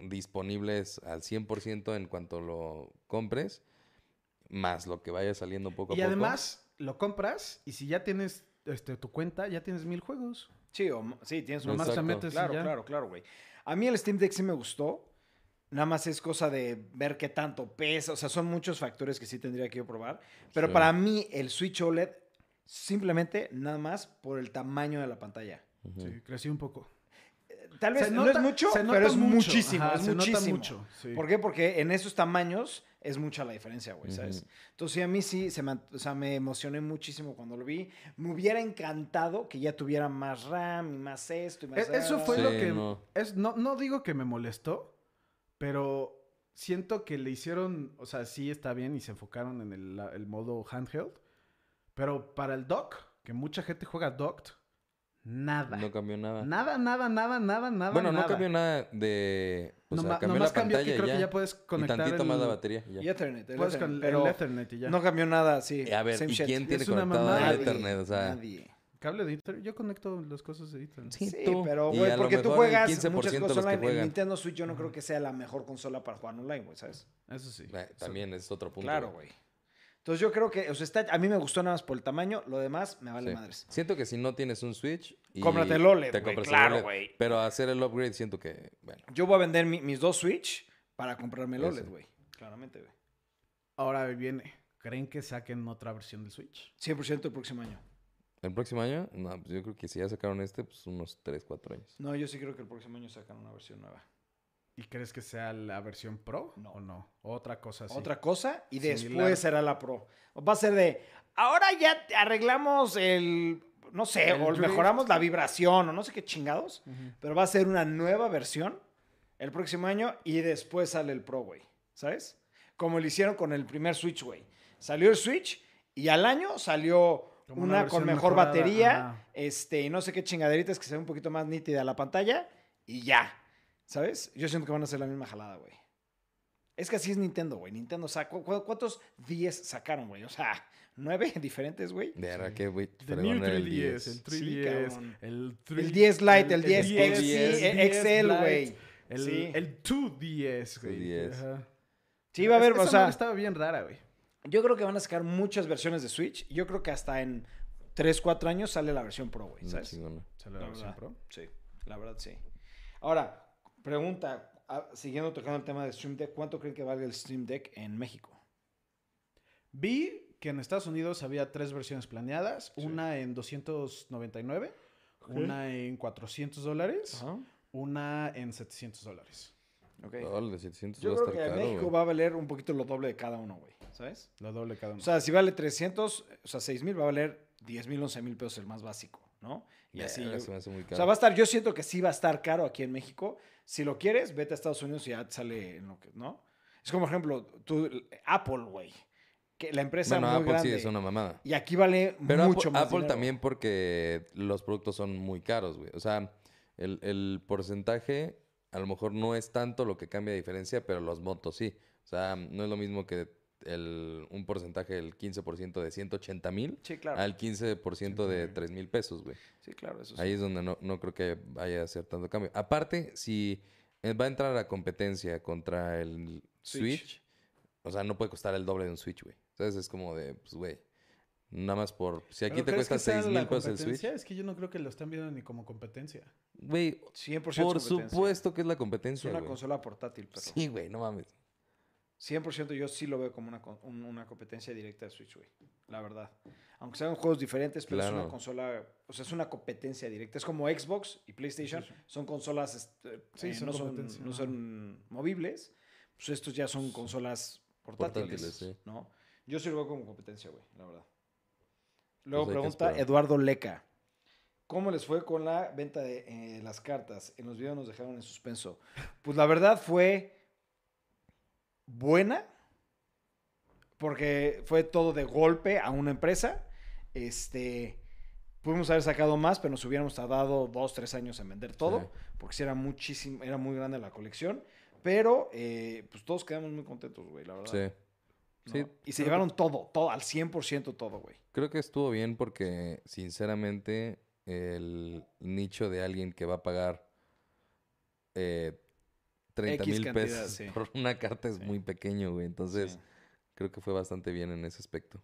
[SPEAKER 2] Disponibles al 100% en cuanto lo compres. Más lo que vaya saliendo poco a
[SPEAKER 3] Y
[SPEAKER 2] poco.
[SPEAKER 3] además, lo compras y si ya tienes este, tu cuenta, ya tienes mil juegos.
[SPEAKER 1] Sí, o m- sí, tienes un
[SPEAKER 2] No
[SPEAKER 3] Nomás te
[SPEAKER 2] Exacto.
[SPEAKER 3] metes y
[SPEAKER 1] Claro,
[SPEAKER 3] ya.
[SPEAKER 1] claro, claro, güey. A mí el Steam Deck sí me gustó. Nada más es cosa de ver qué tanto pesa. O sea, son muchos factores que sí tendría que yo probar. Pero
[SPEAKER 2] Sí.
[SPEAKER 1] para mí, el Switch OLED, simplemente nada más por el tamaño de la pantalla.
[SPEAKER 2] Ujú.
[SPEAKER 3] Sí, crecí un poco.
[SPEAKER 1] Tal vez
[SPEAKER 3] Se
[SPEAKER 1] no
[SPEAKER 3] nota-
[SPEAKER 1] es mucho,
[SPEAKER 3] se nota
[SPEAKER 1] pero es
[SPEAKER 3] mucho.
[SPEAKER 1] muchísimo.
[SPEAKER 3] Ajá,
[SPEAKER 1] es
[SPEAKER 3] se nota
[SPEAKER 1] muchísimo.
[SPEAKER 3] mucho, sí.
[SPEAKER 1] ¿Por qué? Porque en esos tamaños es mucha la diferencia, güey, ¿sabes?
[SPEAKER 2] Ujú.
[SPEAKER 1] Entonces, sí, a mí sí, se me, an- o sea, me emocioné muchísimo cuando lo vi. Me hubiera encantado que ya tuviera más RAM y más esto y más...
[SPEAKER 3] E- Eso fue
[SPEAKER 2] Sí,
[SPEAKER 3] lo que...
[SPEAKER 2] no.
[SPEAKER 3] Es, no, no digo que me molestó, pero siento que le hicieron... O sea, sí está bien y se enfocaron en el, la- el modo handheld. Pero para el dock, que mucha gente juega docked, nada.
[SPEAKER 2] No cambió nada.
[SPEAKER 3] nada, nada, nada, nada, nada,
[SPEAKER 2] bueno,
[SPEAKER 3] nada.
[SPEAKER 2] no cambió nada de. Pues,
[SPEAKER 3] Noma-
[SPEAKER 2] ah, cambió
[SPEAKER 3] nomás
[SPEAKER 2] la
[SPEAKER 3] cambió
[SPEAKER 2] pantalla
[SPEAKER 3] que
[SPEAKER 2] y
[SPEAKER 3] creo
[SPEAKER 2] ya.
[SPEAKER 3] que ya puedes
[SPEAKER 2] y
[SPEAKER 3] conectar
[SPEAKER 2] tantito más la
[SPEAKER 3] el-
[SPEAKER 2] batería. y ya.
[SPEAKER 1] Y Ethernet, el
[SPEAKER 3] Puedes
[SPEAKER 1] Ethernet,
[SPEAKER 3] Pues con
[SPEAKER 1] pero
[SPEAKER 3] el Ethernet y ya.
[SPEAKER 1] No cambió nada, sí.
[SPEAKER 2] Eh, a ver,
[SPEAKER 1] Same
[SPEAKER 2] ¿y
[SPEAKER 1] shit.
[SPEAKER 2] quién tiene
[SPEAKER 3] Es una
[SPEAKER 2] conectado
[SPEAKER 3] mamada.
[SPEAKER 2] el
[SPEAKER 1] Nadie,
[SPEAKER 2] Ethernet? O sea,
[SPEAKER 1] nadie.
[SPEAKER 3] Cable de Ethernet. Yo conecto las cosas de Ethernet.
[SPEAKER 1] Sí,
[SPEAKER 2] tú.
[SPEAKER 1] pero
[SPEAKER 2] Y
[SPEAKER 1] güey,
[SPEAKER 2] a lo
[SPEAKER 1] porque tú
[SPEAKER 2] mejor el
[SPEAKER 1] juegas
[SPEAKER 2] 15%
[SPEAKER 1] muchas
[SPEAKER 2] de
[SPEAKER 1] cosas
[SPEAKER 2] los que
[SPEAKER 1] online. El
[SPEAKER 2] juegan.
[SPEAKER 1] Nintendo Switch yo no creo que sea la mejor consola para jugar online, güey, ¿sabes?
[SPEAKER 3] Eso sí.
[SPEAKER 2] eh, también es otro punto.
[SPEAKER 1] Claro, güey. Entonces yo creo que, o sea, está, a mí me gustó nada más por el tamaño, lo demás me vale
[SPEAKER 2] Sí.
[SPEAKER 1] madres.
[SPEAKER 2] Siento que si no tienes un Switch. y
[SPEAKER 1] Cómprate el OLED,
[SPEAKER 2] te
[SPEAKER 1] güey,
[SPEAKER 2] compras el
[SPEAKER 1] claro,
[SPEAKER 2] OLED,
[SPEAKER 1] güey.
[SPEAKER 2] Pero hacer el upgrade siento que. Bueno.
[SPEAKER 1] Yo voy a vender mi- mis dos Switch para comprarme el
[SPEAKER 2] Eso.
[SPEAKER 1] OLED, güey. Claramente, güey.
[SPEAKER 3] Ahora viene. ¿Creen que saquen otra versión del Switch?
[SPEAKER 1] 100% el próximo año.
[SPEAKER 2] El próximo año, no, pues yo creo que si ya sacaron este, pues unos 3, 4 años.
[SPEAKER 1] No, yo sí creo que el próximo año sacan una versión nueva.
[SPEAKER 3] ¿Y crees que sea la versión Pro
[SPEAKER 1] No.
[SPEAKER 3] o no? Otra cosa así.
[SPEAKER 1] Otra cosa y después
[SPEAKER 3] Similar.
[SPEAKER 1] será la Pro. Va a ser de, ahora ya te arreglamos el, no sé,
[SPEAKER 3] El
[SPEAKER 1] o
[SPEAKER 3] drift.
[SPEAKER 1] mejoramos la vibración o no sé qué chingados.
[SPEAKER 3] Ujú.
[SPEAKER 1] Pero va a ser una nueva versión el próximo año y después sale el Pro, güey. ¿Sabes? Como lo hicieron con el primer Switch, güey. Salió el Switch y al año salió
[SPEAKER 3] Como una
[SPEAKER 1] una, con
[SPEAKER 3] versión
[SPEAKER 1] mejor
[SPEAKER 3] mejorada,
[SPEAKER 1] batería,
[SPEAKER 3] ajá.
[SPEAKER 1] este, y no sé qué chingaderitas que se ve un poquito más nítida la pantalla y ya. ¿Sabes? Yo siento que van a hacer la misma jalada, güey. Es que así es Nintendo, güey. Nintendo sacó. ¿cu- ¿Cuántos 10 sacaron, güey? O sea, nueve (laughs) diferentes, güey.
[SPEAKER 2] De verdad que, güey,
[SPEAKER 3] The
[SPEAKER 2] fregón
[SPEAKER 3] New
[SPEAKER 2] era
[SPEAKER 3] 3DS, el 3DS,
[SPEAKER 1] cabrón.
[SPEAKER 3] el, 3,
[SPEAKER 1] El 10 Lite, el 10
[SPEAKER 2] 10,
[SPEAKER 1] XL,
[SPEAKER 2] el
[SPEAKER 1] eh, XL, güey.
[SPEAKER 3] El,
[SPEAKER 1] Sí.
[SPEAKER 3] el 2DS, güey.
[SPEAKER 2] 2DS.
[SPEAKER 3] Ajá.
[SPEAKER 1] Sí, va a haber,
[SPEAKER 3] Es-
[SPEAKER 1] o
[SPEAKER 3] esa
[SPEAKER 1] sea.
[SPEAKER 3] madre estaba bien rara, güey.
[SPEAKER 1] Yo creo que van a sacar muchas versiones de Switch. Yo creo que hasta en 3, 4 años sale la versión Pro, güey,
[SPEAKER 2] No,
[SPEAKER 1] ¿sabes?
[SPEAKER 2] chingona.
[SPEAKER 3] Salió
[SPEAKER 1] La
[SPEAKER 3] la versión
[SPEAKER 1] verdad.
[SPEAKER 3] Pro.
[SPEAKER 1] Sí, la verdad sí. Ahora, pregunta, ah, siguiendo tocando el tema de Stream Deck, ¿cuánto creen que valga el Stream Deck en México?
[SPEAKER 3] Vi que en Estados Unidos había tres versiones planeadas.
[SPEAKER 1] Sí.
[SPEAKER 3] Una en 299,
[SPEAKER 1] Ok.
[SPEAKER 3] una en 400 dólares,
[SPEAKER 1] Ajá.
[SPEAKER 3] una en 700 dólares.
[SPEAKER 1] Ok.
[SPEAKER 2] Dólar de 700
[SPEAKER 1] Yo
[SPEAKER 2] pues va a
[SPEAKER 1] creo que
[SPEAKER 2] estar
[SPEAKER 1] en
[SPEAKER 2] caro,
[SPEAKER 1] México
[SPEAKER 2] güey.
[SPEAKER 1] va a valer un poquito lo doble de cada uno, güey, ¿sabes?
[SPEAKER 3] La doble
[SPEAKER 1] O
[SPEAKER 3] cada uno.
[SPEAKER 1] sea, si vale 300, o sea, 6 mil va a valer 10 mil, 11 mil pesos el más básico, ¿no? Y así.
[SPEAKER 2] Verga,
[SPEAKER 1] yo-
[SPEAKER 2] se me hace muy
[SPEAKER 1] O
[SPEAKER 2] caro.
[SPEAKER 1] sea, va a estar, yo siento que sí va a estar caro aquí en México. Si lo quieres, vete a Estados Unidos y ya te sale en lo que, ¿no? Es como, por ejemplo, tú, Apple, güey. Que la empresa
[SPEAKER 2] bueno,
[SPEAKER 1] muy
[SPEAKER 2] Apple
[SPEAKER 1] grande.
[SPEAKER 2] sí es una mamada.
[SPEAKER 1] Y aquí vale
[SPEAKER 2] Pero
[SPEAKER 1] mucho
[SPEAKER 2] Apple,
[SPEAKER 1] más
[SPEAKER 2] Apple
[SPEAKER 1] dinero.
[SPEAKER 2] también porque los productos son muy caros, güey. O sea, el, el porcentaje a lo mejor no es tanto lo que cambia de diferencia, pero los montos sí. O sea, no es lo mismo que el, un porcentaje del 15% de 180 mil
[SPEAKER 1] Sí, claro.
[SPEAKER 2] al 15% de
[SPEAKER 3] 100,000.
[SPEAKER 2] 3 mil pesos, güey.
[SPEAKER 1] Sí, claro, eso sí.
[SPEAKER 2] Ahí es donde no, no creo que vaya a ser tanto cambio. Aparte, si eh, va a entrar a la competencia contra el
[SPEAKER 1] Switch.
[SPEAKER 2] Switch, o sea, no puede costar el doble de un Switch, güey. Entonces es como de, pues, güey, nada más por... Si aquí
[SPEAKER 3] ¿Pero
[SPEAKER 2] te
[SPEAKER 3] crees
[SPEAKER 2] cuesta
[SPEAKER 3] que sea
[SPEAKER 2] 6 mil
[SPEAKER 3] la
[SPEAKER 2] pesos el
[SPEAKER 3] competencia?
[SPEAKER 2] Switch,
[SPEAKER 3] Es que yo no creo que lo están viendo ni como competencia.
[SPEAKER 2] güey,
[SPEAKER 1] 100%
[SPEAKER 2] por
[SPEAKER 1] competencia.
[SPEAKER 2] supuesto que es la
[SPEAKER 1] Es
[SPEAKER 2] competencia,
[SPEAKER 1] una
[SPEAKER 2] güey.
[SPEAKER 1] consola portátil, pero
[SPEAKER 2] Sí, güey, no mames.
[SPEAKER 1] 100% yo sí lo veo como una, con- un- una competencia directa de Switch, güey. La verdad. Aunque sean juegos diferentes, pero es una
[SPEAKER 2] Claro.
[SPEAKER 1] consola, o sea, es una competencia directa. Es como Xbox y PlayStation, son consolas, este,
[SPEAKER 3] Sí,
[SPEAKER 1] eh,
[SPEAKER 3] son
[SPEAKER 1] no, son,
[SPEAKER 3] competencia,
[SPEAKER 1] no
[SPEAKER 3] ajá.
[SPEAKER 1] son movibles. Pues estos ya son consolas portátiles,
[SPEAKER 2] Portátiles, sí.
[SPEAKER 1] ¿no? Yo sí lo veo como competencia, güey, la verdad. Luego
[SPEAKER 2] Pues hay que
[SPEAKER 1] pregunta
[SPEAKER 2] esperar.
[SPEAKER 1] Eduardo Leca. ¿Cómo les fue con la venta de eh, las cartas? En los videos nos dejaron en suspenso. Pues la verdad fue buena, porque fue todo de golpe a una empresa. Este, pudimos haber sacado más, pero nos hubiéramos tardado dos, tres años en vender todo,
[SPEAKER 2] Sí.
[SPEAKER 1] porque sí era muchísimo, era muy grande la colección. Pero, eh, pues todos quedamos muy contentos, güey, la verdad.
[SPEAKER 2] Sí.
[SPEAKER 1] ¿no?
[SPEAKER 2] Sí.
[SPEAKER 1] Y se llevaron todo, todo, al 100% todo, güey.
[SPEAKER 2] Creo que estuvo bien porque, sinceramente, el nicho de alguien que va a pagar eh, 30
[SPEAKER 1] X
[SPEAKER 2] mil
[SPEAKER 1] cantidad,
[SPEAKER 2] pesos
[SPEAKER 1] sí.
[SPEAKER 2] por una carta es
[SPEAKER 1] Sí.
[SPEAKER 2] muy pequeño, güey. Entonces,
[SPEAKER 1] Sí.
[SPEAKER 2] creo que fue bastante bien en ese aspecto.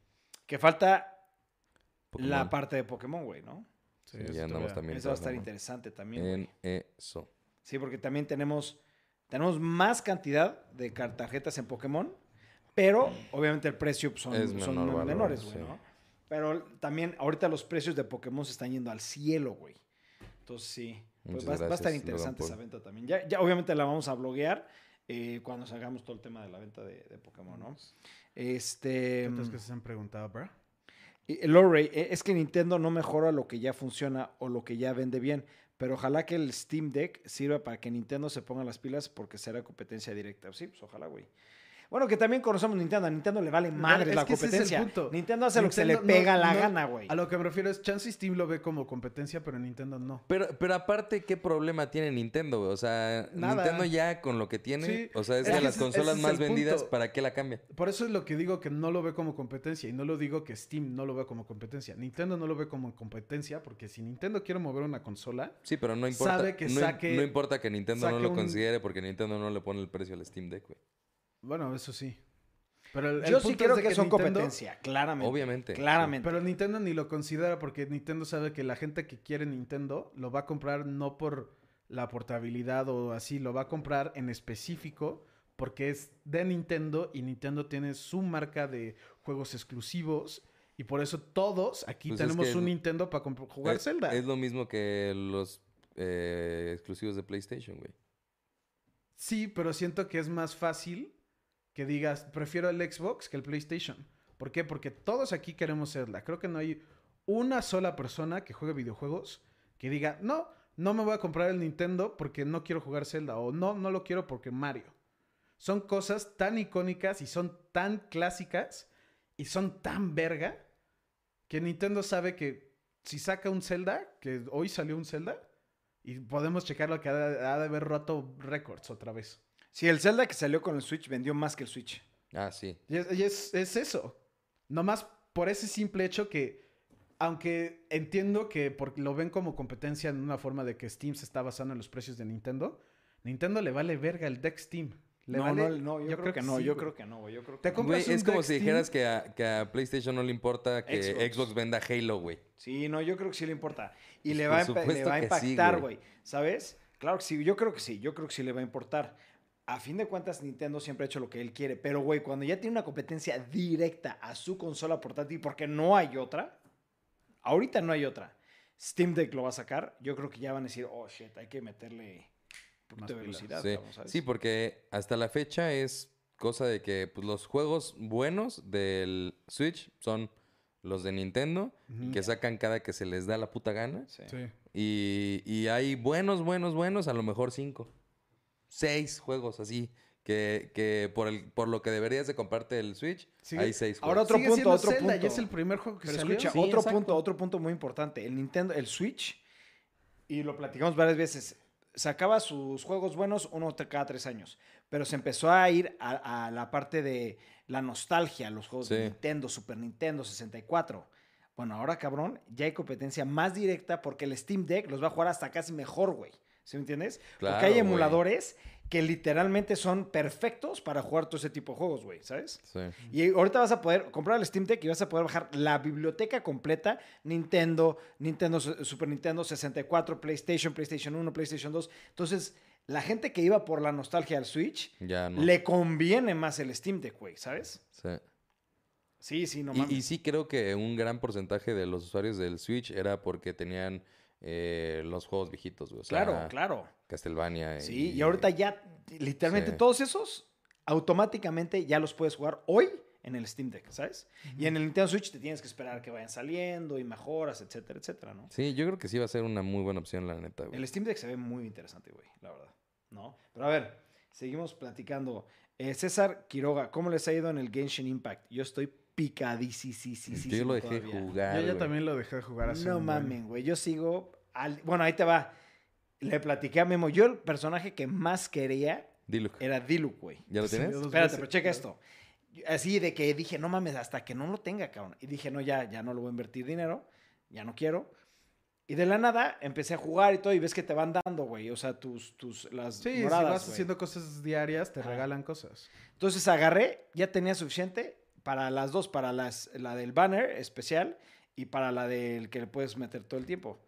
[SPEAKER 1] Que falta la
[SPEAKER 2] Pokémon.
[SPEAKER 1] parte de Pokémon, güey, ¿no?
[SPEAKER 2] Sí, ya andamos también
[SPEAKER 1] Eso va a estar
[SPEAKER 2] trabajando
[SPEAKER 1] interesante también. güey.
[SPEAKER 2] en eso.
[SPEAKER 1] Sí, porque también tenemos, tenemos más cantidad de car- tarjetas en Pokémon, pero obviamente el precio pues, son,
[SPEAKER 2] Es
[SPEAKER 1] son
[SPEAKER 2] menor valor,
[SPEAKER 1] menores, güey,
[SPEAKER 2] sí.
[SPEAKER 1] ¿no? Pero también ahorita los precios de Pokémon se están yendo al cielo, güey. Entonces sí, pues, va,
[SPEAKER 2] Muchas
[SPEAKER 1] va a estar
[SPEAKER 2] gracias,
[SPEAKER 1] interesante
[SPEAKER 2] Logan
[SPEAKER 1] esa
[SPEAKER 2] Paul.
[SPEAKER 1] venta también. Ya, ya obviamente la vamos a bloguear eh, cuando salgamos todo el tema de la venta de, de Pokémon, ¿no? Este...
[SPEAKER 3] ¿Cuántas cosas se han preguntado, bro?
[SPEAKER 1] Y- Lorray, eh, es que Nintendo no mejora lo que ya funciona o lo que ya vende bien, pero ojalá que el Steam Deck sirva para que Nintendo se ponga las pilas porque será competencia directa. Sí, pues ojalá, güey. Bueno, que también conocemos Nintendo. A Nintendo le vale madre
[SPEAKER 3] es
[SPEAKER 1] la
[SPEAKER 3] que ese es el
[SPEAKER 1] competencia.
[SPEAKER 3] punto.
[SPEAKER 1] Nintendo hace lo que se le
[SPEAKER 3] Nintendo no-
[SPEAKER 1] pega la
[SPEAKER 3] no-
[SPEAKER 1] gana, güey.
[SPEAKER 3] A lo que me refiero es, chance y Steam lo ve como competencia, pero Nintendo no.
[SPEAKER 2] Pero, pero aparte, ¿qué problema tiene Nintendo, güey? O sea,
[SPEAKER 3] Nada.
[SPEAKER 2] Nintendo ya con lo que tiene,
[SPEAKER 3] Sí,
[SPEAKER 2] o sea, es
[SPEAKER 3] es
[SPEAKER 2] de
[SPEAKER 3] que
[SPEAKER 2] las
[SPEAKER 3] ese- ese
[SPEAKER 2] consolas
[SPEAKER 3] es
[SPEAKER 2] más
[SPEAKER 3] el punto.
[SPEAKER 2] vendidas, ¿para qué la cambia?
[SPEAKER 3] Por eso es lo que digo que no lo ve como competencia y no lo digo que Steam no lo ve como competencia. Nintendo no lo ve como competencia porque si Nintendo quiere mover una consola,
[SPEAKER 2] Sí, pero no importa.
[SPEAKER 3] Sabe que
[SPEAKER 2] no, im-
[SPEAKER 3] saque-
[SPEAKER 2] no importa que Nintendo no
[SPEAKER 3] saque
[SPEAKER 2] lo
[SPEAKER 3] un-
[SPEAKER 2] considere porque Nintendo no le pone el precio al Steam Deck, güey.
[SPEAKER 3] bueno, eso sí. Pero el, el
[SPEAKER 1] Yo sí
[SPEAKER 3] punto
[SPEAKER 1] creo
[SPEAKER 3] es de
[SPEAKER 1] que, son
[SPEAKER 3] Nintendo-
[SPEAKER 1] competencia, claramente.
[SPEAKER 2] Obviamente.
[SPEAKER 1] Claramente.
[SPEAKER 3] Pero Nintendo ni lo considera porque Nintendo sabe que la gente que quiere Nintendo lo va a comprar no por la portabilidad o así, lo va a comprar en específico porque es de Nintendo y Nintendo tiene su marca de juegos exclusivos y por eso todos aquí
[SPEAKER 2] Pues es
[SPEAKER 3] tenemos
[SPEAKER 2] que
[SPEAKER 3] un
[SPEAKER 2] es-
[SPEAKER 3] Nintendo para comp- jugar
[SPEAKER 2] Es-
[SPEAKER 3] Zelda.
[SPEAKER 2] Es lo mismo que los eh, exclusivos de PlayStation, güey.
[SPEAKER 3] Sí, pero siento que es más fácil que digas, prefiero el Xbox que el PlayStation. ¿Por qué? Porque todos aquí queremos serla. Creo que no hay una sola persona que juegue videojuegos que diga, no, no me voy a comprar el Nintendo porque no quiero jugar Zelda o no, no lo quiero porque Mario. Son cosas tan icónicas y son tan clásicas y son tan verga que Nintendo sabe que si saca un Zelda, que hoy salió un Zelda, y podemos checarlo que ha de, ha de haber roto récords otra vez.
[SPEAKER 1] Si el Zelda que salió con el Switch vendió más que el Switch.
[SPEAKER 2] Ah, sí.
[SPEAKER 3] Y es, y es- es eso. Nomás por ese simple hecho que, aunque entiendo que por- lo ven como competencia en una forma de que Steam se está basando en los precios de Nintendo, Nintendo le vale verga el deck Steam. Le
[SPEAKER 1] No,
[SPEAKER 3] vale-
[SPEAKER 1] no, no, yo, creo, que, no,
[SPEAKER 3] sí,
[SPEAKER 1] yo
[SPEAKER 3] güey.
[SPEAKER 1] creo que no, güey, yo creo que
[SPEAKER 3] Te
[SPEAKER 1] no.
[SPEAKER 3] compro-
[SPEAKER 2] Güey,
[SPEAKER 3] Compras un
[SPEAKER 2] es como
[SPEAKER 3] deck
[SPEAKER 2] si
[SPEAKER 3] Steam.
[SPEAKER 2] dijeras que a, que a PlayStation no le importa que
[SPEAKER 1] Xbox.
[SPEAKER 2] Xbox, venda Halo, güey.
[SPEAKER 1] Sí, no, yo creo que sí le importa. Y
[SPEAKER 2] Pues,
[SPEAKER 1] le, va a,
[SPEAKER 2] por
[SPEAKER 1] empa- le
[SPEAKER 2] supuesto
[SPEAKER 1] va a
[SPEAKER 2] que sí,
[SPEAKER 1] impactar,
[SPEAKER 2] güey.
[SPEAKER 1] güey. ¿Sabes? Claro que sí, yo creo que sí, yo creo que sí le va a importar. A fin de cuentas, Nintendo siempre ha hecho lo que él quiere. Pero, güey, cuando ya tiene una competencia directa a su consola portátil, porque no hay otra, ahorita no hay otra. Steam Deck lo va a sacar, yo creo que ya van a decir, oh, shit, hay que meterle un poquito
[SPEAKER 3] Más
[SPEAKER 1] de
[SPEAKER 3] pilas.
[SPEAKER 1] velocidad.
[SPEAKER 2] Sí.
[SPEAKER 1] cabrón, ¿sabes?
[SPEAKER 2] Sí, porque hasta la fecha es cosa de que pues, los juegos buenos del Switch son los de Nintendo,
[SPEAKER 3] Ujú.
[SPEAKER 2] que sacan cada que se les da la puta gana.
[SPEAKER 1] Sí.
[SPEAKER 3] Sí.
[SPEAKER 2] Y, y hay buenos, buenos, buenos, a lo mejor cinco. Seis juegos así. Que, que por, el, por lo que deberías de comprarte el Switch,
[SPEAKER 3] Sigue-
[SPEAKER 2] hay seis
[SPEAKER 1] Ahora
[SPEAKER 2] juegos.
[SPEAKER 1] Otro
[SPEAKER 3] Sigue
[SPEAKER 1] punto,
[SPEAKER 3] siendo
[SPEAKER 1] otro
[SPEAKER 3] Zelda,
[SPEAKER 1] punto.
[SPEAKER 3] Y es el primer juego que
[SPEAKER 1] Pero
[SPEAKER 3] salió.
[SPEAKER 1] escucha,
[SPEAKER 2] Sí,
[SPEAKER 1] otro
[SPEAKER 2] exacto.
[SPEAKER 1] punto, otro punto muy importante. El Nintendo, el Switch, y lo platicamos varias veces, sacaba sus juegos buenos uno te- cada tres años, pero se empezó a ir a, a la parte de la nostalgia, los juegos de
[SPEAKER 2] Sí.
[SPEAKER 1] Nintendo, Super Nintendo, 64. Bueno, ahora cabrón, ya hay competencia más directa porque el Steam Deck los va a jugar hasta casi mejor, güey. ¿Sí me entiendes? porque
[SPEAKER 2] Claro,
[SPEAKER 1] hay
[SPEAKER 2] güey.
[SPEAKER 1] emuladores que literalmente son perfectos para jugar todo ese tipo de juegos, güey, ¿sabes?
[SPEAKER 2] Sí.
[SPEAKER 1] Y ahorita vas a poder comprar el Steam Deck y vas a poder bajar la biblioteca completa, Nintendo, Nintendo, Su- Super Nintendo 64, PlayStation, PlayStation 1, PlayStation 2. Entonces, la gente que iba por la nostalgia al Switch,
[SPEAKER 2] Ya no.
[SPEAKER 1] le conviene más el Steam Deck, güey, ¿sabes?
[SPEAKER 2] Sí.
[SPEAKER 1] Sí, sí, no
[SPEAKER 2] Y-
[SPEAKER 1] mames.
[SPEAKER 2] Y, sí creo que un gran porcentaje de los usuarios del Switch era porque tenían eh, los juegos viejitos, güey. O sea,
[SPEAKER 1] claro, claro.
[SPEAKER 2] Castlevania.
[SPEAKER 1] Sí, y ahorita ya, literalmente
[SPEAKER 2] Sí.
[SPEAKER 1] todos esos, automáticamente ya los puedes jugar hoy en el Steam Deck, ¿sabes? Y en el Nintendo Switch te tienes que esperar que vayan saliendo y mejoras, etcétera, etcétera, ¿no?
[SPEAKER 2] Sí, yo creo que sí va a ser una muy buena opción, la neta, güey.
[SPEAKER 1] El Steam Deck se ve muy interesante, güey, la verdad. ¿No? Pero a ver, seguimos platicando. Eh, César Quiroga, ¿cómo les ha ido en el Genshin Impact? Yo estoy picadísimo.
[SPEAKER 2] yo lo dejé
[SPEAKER 1] todavía.
[SPEAKER 2] jugar.
[SPEAKER 3] Yo ya
[SPEAKER 2] güey.
[SPEAKER 3] también lo dejé de jugar hace
[SPEAKER 1] No
[SPEAKER 3] un buen-
[SPEAKER 1] mamen, güey. Yo sigo. al- Bueno, ahí te va. Le platiqué a Memo. Yo el personaje que más quería
[SPEAKER 2] Dilo.
[SPEAKER 1] era Diluc, güey.
[SPEAKER 2] ¿Ya lo
[SPEAKER 3] Sí,
[SPEAKER 2] tienes?
[SPEAKER 3] yo- Dos
[SPEAKER 1] Espérate,
[SPEAKER 3] veces,
[SPEAKER 1] pero checa
[SPEAKER 3] ¿no?
[SPEAKER 1] esto. Así de que dije, no mames, hasta que no lo tenga, cabrón. Y dije, no, ya, ya no lo voy a invertir dinero, ya no quiero. Y de la nada empecé a jugar y todo, y ves que te van dando, güey. O sea, tus, tus, las
[SPEAKER 3] Sí, si
[SPEAKER 1] moradas,
[SPEAKER 3] vas
[SPEAKER 1] güey. Ah.
[SPEAKER 3] haciendo cosas diarias, te
[SPEAKER 1] Ajá.
[SPEAKER 3] regalan cosas.
[SPEAKER 1] Entonces agarré, ya tenía suficiente para las dos, para las, la del banner especial y para la del que le puedes meter todo el tiempo.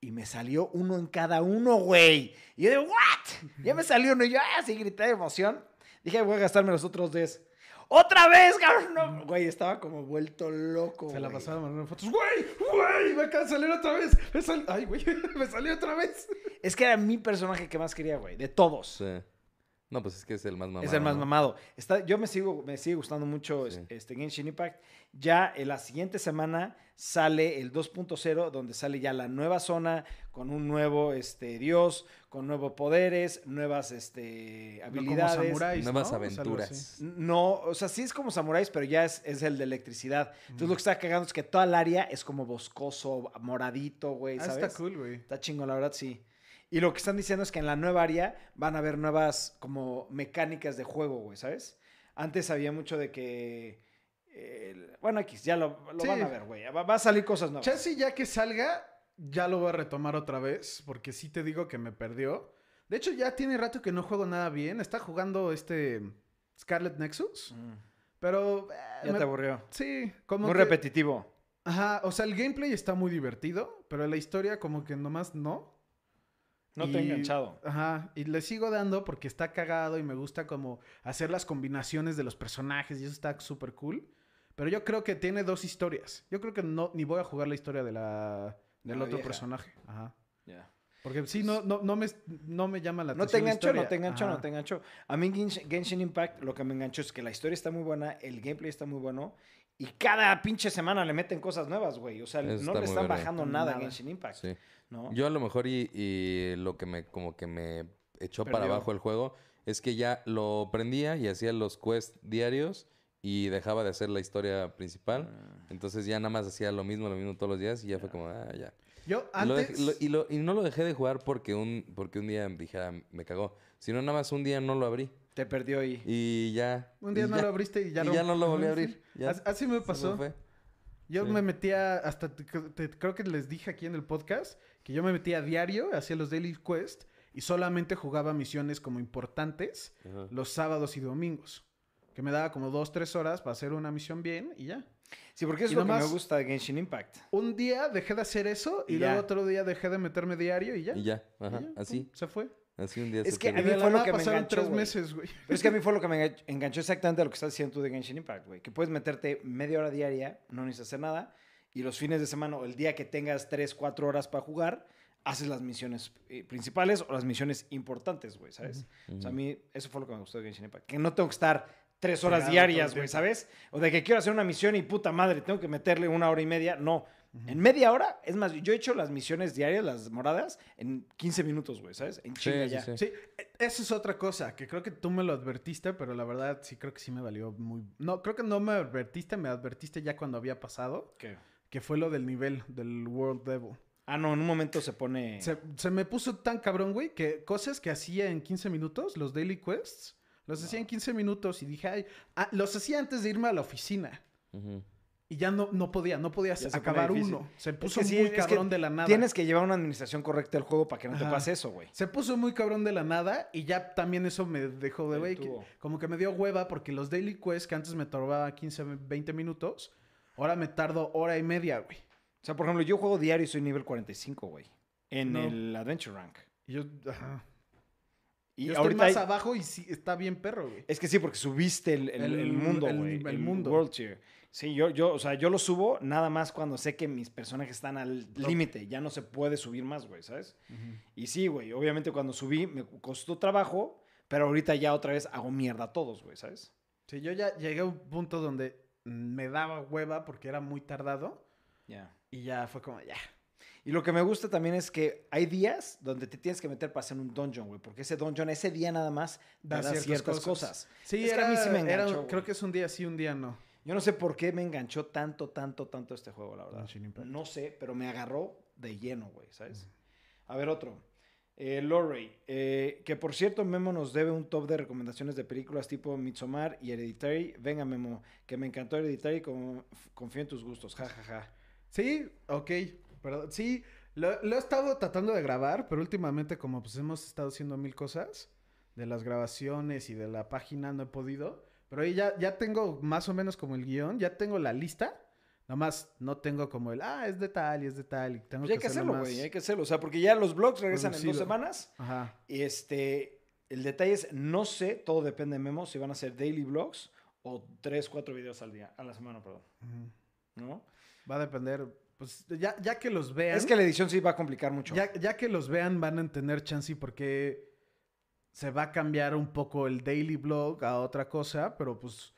[SPEAKER 1] Y me salió uno en cada uno, güey. Y yo de, ¿what? Ya me salió uno. Y yo ah, así grité de emoción. Dije, voy a gastarme los otros 10. ¡Otra vez, cabrón! No, Güey, estaba como vuelto loco,
[SPEAKER 3] Se la
[SPEAKER 1] güey.
[SPEAKER 3] pasaron mandando fotos. ¡Güey! ¡Güey! ¡Me acaba de salir otra vez! Me sal- ¡Ay,
[SPEAKER 1] (laughs)
[SPEAKER 3] güey! ¡Me salió otra (laughs) vez!
[SPEAKER 1] Es que era mi personaje que más quería, güey. De todos.
[SPEAKER 2] Sí. No, pues es que es el más mamado.
[SPEAKER 1] Es el más
[SPEAKER 2] ¿no?
[SPEAKER 1] mamado. Está, yo me sigo, me sigue gustando mucho es-
[SPEAKER 2] Sí.
[SPEAKER 1] este Genshin Impact. Ya en la siguiente semana sale el 2.0, donde sale ya la nueva zona con un nuevo este, dios, con nuevos poderes, nuevas este, habilidades.
[SPEAKER 3] No como samuráis,
[SPEAKER 2] Nuevas
[SPEAKER 3] ¿no? Es algo así.
[SPEAKER 2] aventuras.
[SPEAKER 1] No, o sea, sí es como samuráis, pero ya es, es el de electricidad.
[SPEAKER 3] Mm.
[SPEAKER 1] Entonces lo que está cagando es que toda el área es como boscoso, moradito, güey,
[SPEAKER 3] Ah,
[SPEAKER 1] ¿sabes?
[SPEAKER 3] está cool, güey.
[SPEAKER 1] Está chingo, la verdad, sí. Y lo que están diciendo es que en la nueva área van a haber nuevas como mecánicas de juego, güey, ¿sabes? Antes había mucho de que... eh, el- bueno, X, ya lo, lo
[SPEAKER 3] Sí.
[SPEAKER 1] van a ver, güey. Va, va a salir cosas nuevas.
[SPEAKER 3] Chance ya que salga, ya lo voy a retomar otra vez, porque sí te digo que me perdió. De hecho, ya tiene rato que no juego nada bien. Está jugando este Scarlet Nexus,
[SPEAKER 1] Mm,
[SPEAKER 3] pero... eh,
[SPEAKER 1] ya
[SPEAKER 3] me-
[SPEAKER 1] te aburrió.
[SPEAKER 3] Sí, como
[SPEAKER 1] Muy
[SPEAKER 3] que-
[SPEAKER 1] repetitivo.
[SPEAKER 3] Ajá, o sea, el gameplay está muy divertido, pero la historia como que nomás no.
[SPEAKER 1] No te he
[SPEAKER 3] Y-
[SPEAKER 1] enganchado.
[SPEAKER 3] Ajá, y le sigo dando porque está cagado y me gusta como hacer las combinaciones de los personajes y eso está súper cool. Pero yo creo que tiene dos historias. Yo creo que no, ni voy a jugar la historia de la, del
[SPEAKER 1] la
[SPEAKER 3] otro
[SPEAKER 1] vieja.
[SPEAKER 3] personaje. Ajá. Porque sí, no,
[SPEAKER 1] Pues-
[SPEAKER 3] no, no, me, no me llama la
[SPEAKER 1] No te
[SPEAKER 3] atención. la
[SPEAKER 1] enganchó, no
[SPEAKER 3] historia.
[SPEAKER 1] te enganchó, no
[SPEAKER 3] Ajá.
[SPEAKER 1] te enganchó. A mí Genshin Genshin Impact lo que me enganchó es que la historia está muy buena, el gameplay está muy bueno y cada pinche semana le meten cosas nuevas, güey. O sea,
[SPEAKER 2] Eso
[SPEAKER 1] no
[SPEAKER 2] está
[SPEAKER 1] le
[SPEAKER 2] muy
[SPEAKER 1] están
[SPEAKER 2] verga.
[SPEAKER 1] bajando nada, a
[SPEAKER 3] Nada.
[SPEAKER 1] Genshin Impact,
[SPEAKER 2] Sí.
[SPEAKER 1] ¿no?
[SPEAKER 2] Yo a lo mejor y, y lo que me como que me echó para
[SPEAKER 1] Perdió.
[SPEAKER 2] abajo el juego es que ya lo prendía y hacía los quests diarios y dejaba de hacer la historia principal.
[SPEAKER 1] Ah.
[SPEAKER 2] Entonces ya nada más hacía lo mismo, lo mismo todos los días y ya fue como, ah, ya.
[SPEAKER 3] Yo
[SPEAKER 2] Y lo dej-
[SPEAKER 3] antes...
[SPEAKER 2] lo- y, lo- y no lo dejé de jugar porque un, porque un día dije, "Ah, me cagó. Sino nada más un día no lo abrí.
[SPEAKER 1] Te perdió ahí.
[SPEAKER 2] Y ya.
[SPEAKER 3] Un día
[SPEAKER 2] y
[SPEAKER 3] no
[SPEAKER 2] ya.
[SPEAKER 3] lo abriste y ya,
[SPEAKER 2] Y ya no
[SPEAKER 3] (laughs)
[SPEAKER 2] lo volví a abrir. Ya.
[SPEAKER 3] Así- Así me
[SPEAKER 2] Se me
[SPEAKER 3] pasó.
[SPEAKER 2] fue.
[SPEAKER 3] Yo
[SPEAKER 2] Sí.
[SPEAKER 3] me metía, hasta te- te- creo que les dije aquí en el podcast, que yo me metía a diario, hacía los Daily Quest y solamente jugaba misiones como importantes los sábados y domingos. Que me daba como dos, tres horas para hacer una misión bien y ya.
[SPEAKER 1] Sí, porque eso
[SPEAKER 3] Y
[SPEAKER 1] es lo que
[SPEAKER 3] nomás-
[SPEAKER 1] me gusta de Genshin Impact.
[SPEAKER 3] Un día dejé de hacer eso y,
[SPEAKER 1] Y ya.
[SPEAKER 3] luego otro día dejé de meterme diario y ya.
[SPEAKER 2] Y ya. Ajá.
[SPEAKER 3] Y ya,
[SPEAKER 2] Así.
[SPEAKER 3] pum, Se fue.
[SPEAKER 2] Así un día
[SPEAKER 1] Es
[SPEAKER 2] se
[SPEAKER 1] que
[SPEAKER 2] te
[SPEAKER 1] a
[SPEAKER 3] Y
[SPEAKER 1] mí
[SPEAKER 3] de
[SPEAKER 2] olvida.
[SPEAKER 1] fue
[SPEAKER 3] la
[SPEAKER 1] lo
[SPEAKER 3] nada
[SPEAKER 1] que me
[SPEAKER 3] pasaron
[SPEAKER 1] enganchó,
[SPEAKER 3] tres
[SPEAKER 1] güey.
[SPEAKER 3] meses, güey.
[SPEAKER 1] Pero es que a mí fue lo que me engan- enganchó exactamente a lo que estás diciendo tú de Genshin Impact, güey. Que puedes meterte media hora diaria, no necesitas hacer nada. Y los fines de semana o el día que tengas 3, 4 horas para jugar, haces las misiones eh, principales o las misiones importantes, güey, ¿sabes? O sea, a
[SPEAKER 2] Ujú.
[SPEAKER 1] mí eso fue lo que me gustó de Genshin Impact. Que no tengo que estar tres horas
[SPEAKER 3] Pegado todo
[SPEAKER 1] diarias,
[SPEAKER 3] el
[SPEAKER 1] güey,
[SPEAKER 3] tiempo.
[SPEAKER 1] ¿sabes? O de que quiero hacer una misión y puta madre, tengo que meterle una hora y media. No. En media hora, es más, yo he hecho las misiones diarias, las moradas, en 15 minutos, güey, ¿sabes? En
[SPEAKER 2] Sí,
[SPEAKER 1] chinga
[SPEAKER 2] sí,
[SPEAKER 1] ya.
[SPEAKER 2] sí.
[SPEAKER 3] Sí, e- eso es otra cosa, que creo que tú me lo advertiste, pero la verdad sí creo que sí me valió muy... No, creo que no me advertiste, me advertiste ya cuando había pasado.
[SPEAKER 1] ¿Qué?
[SPEAKER 3] que fue lo del nivel del World Devil.
[SPEAKER 1] Ah, no, en un momento se pone.
[SPEAKER 3] Se, se me puso tan cabrón, güey, que cosas que hacía en 15 minutos, los daily quests, los hacía en 15 minutos y dije, ay, ah, los hacía antes de irme a la oficina.
[SPEAKER 2] Ujú.
[SPEAKER 3] Y ya no, no podía, no podía
[SPEAKER 1] se pone
[SPEAKER 3] acabar
[SPEAKER 1] difícil.
[SPEAKER 3] uno. Se
[SPEAKER 1] Es
[SPEAKER 3] puso
[SPEAKER 1] que sí,
[SPEAKER 3] muy
[SPEAKER 1] es que
[SPEAKER 3] cabrón de la nada.
[SPEAKER 1] Tienes que llevar una administración correcta del juego para que no te
[SPEAKER 3] Ajá.
[SPEAKER 1] pase eso, güey.
[SPEAKER 3] Se puso muy cabrón de la nada y ya también eso me dejó de
[SPEAKER 1] Te
[SPEAKER 3] güey. que-
[SPEAKER 1] detuvo.
[SPEAKER 3] Como que me dio hueva porque los daily quests que antes me tardaba 15, 20 minutos, ahora me tardo hora y media, güey.
[SPEAKER 1] O sea, por ejemplo, yo juego diario y soy nivel 45, güey. En
[SPEAKER 3] No.
[SPEAKER 1] el Adventure Rank.
[SPEAKER 3] Y yo, ajá.
[SPEAKER 1] Y
[SPEAKER 3] Yo estoy
[SPEAKER 1] ahorita.
[SPEAKER 3] más
[SPEAKER 1] hay-
[SPEAKER 3] abajo y sí, está bien perro, güey.
[SPEAKER 1] Es que sí, porque subiste el, el-
[SPEAKER 3] El-
[SPEAKER 1] el mundo,
[SPEAKER 3] el-
[SPEAKER 1] güey.
[SPEAKER 3] el
[SPEAKER 1] El,
[SPEAKER 3] mundo.
[SPEAKER 1] World Tier. Sí, yo, yo, o sea, yo lo subo nada más cuando sé que mis personajes están al límite. Ya no se puede subir más, güey, ¿sabes? Y sí, güey. Obviamente cuando subí me costó trabajo, pero ahorita ya otra vez hago mierda a todos, güey, ¿sabes?
[SPEAKER 3] Sí, yo ya llegué a un punto donde me daba hueva porque era muy tardado
[SPEAKER 1] Ya.
[SPEAKER 3] y ya fue como, ya.
[SPEAKER 1] Y lo que me gusta también es que hay días donde te tienes que meter para hacer un dungeon, güey. Porque ese dungeon, ese día nada más, te
[SPEAKER 3] Da
[SPEAKER 1] da
[SPEAKER 3] ciertas
[SPEAKER 1] ciertas,
[SPEAKER 3] cosas.
[SPEAKER 1] cosas.
[SPEAKER 3] Sí,
[SPEAKER 1] Es que
[SPEAKER 3] era,
[SPEAKER 1] a mí sí me
[SPEAKER 3] era-
[SPEAKER 1] enganchó, güey.
[SPEAKER 3] creo que es un día sí, un día no.
[SPEAKER 1] Yo no sé por qué me enganchó tanto, tanto, tanto este juego, la verdad.
[SPEAKER 3] Genshin Impact.
[SPEAKER 1] No sé, pero me agarró de lleno, güey, ¿sabes? A ver, otro. Eh, Lorray, eh, que por cierto Memo nos debe un top de recomendaciones de películas tipo Midsommar y Hereditary. Venga Memo, que me encantó Hereditary, con- confío en tus gustos, jajaja.
[SPEAKER 3] Sí, ok. Perdón. Sí, lo, lo he estado tratando de grabar, pero últimamente como pues hemos estado haciendo mil cosas de las grabaciones y de la página no he podido. Pero ahí ya, ya tengo más o menos como el guión, ya tengo la lista. Nada más no tengo como el, ah, es de tal y es de tal. Y tengo
[SPEAKER 1] Pues hay que hacerlo,
[SPEAKER 3] más-
[SPEAKER 1] güey, hay que hacerlo. O sea, porque ya los blogs regresan en dos
[SPEAKER 3] Producido.
[SPEAKER 1] semanas.
[SPEAKER 3] Ajá.
[SPEAKER 1] Y este, el detalle es, no sé, todo depende de Memo, si van a ser daily blogs o tres, cuatro videos al día, a la semana, perdón.
[SPEAKER 3] Ujú.
[SPEAKER 1] ¿No?
[SPEAKER 3] Va a depender. Pues ya, ya que los vean.
[SPEAKER 1] Es que la edición sí va a complicar mucho.
[SPEAKER 3] Ya, ya que los vean, van a tener chance porque se va a cambiar un poco el daily blog a otra cosa, pero pues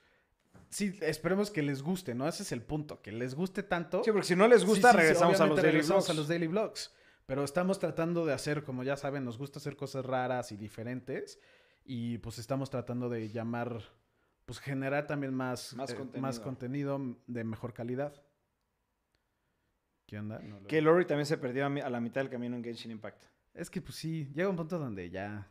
[SPEAKER 3] sí, esperemos que les guste, ¿no? Ese es el punto, que les guste tanto.
[SPEAKER 1] Sí, porque si no les gusta,
[SPEAKER 3] Sí, sí, sí,
[SPEAKER 1] regresamos a los
[SPEAKER 3] obviamente
[SPEAKER 1] daily
[SPEAKER 3] regresamos
[SPEAKER 1] blogs.
[SPEAKER 3] a los daily blogs. Pero estamos tratando de hacer, como ya saben, nos gusta hacer cosas raras y diferentes. Y pues estamos tratando de llamar, pues generar también más, eh,
[SPEAKER 1] Más
[SPEAKER 3] más
[SPEAKER 1] contenido.
[SPEAKER 3] contenido de mejor calidad. ¿Qué onda? No lo-
[SPEAKER 1] Que Lori también se perdió a, mi- a la mitad del camino en Genshin Impact.
[SPEAKER 3] Es que pues sí, llega un punto donde ya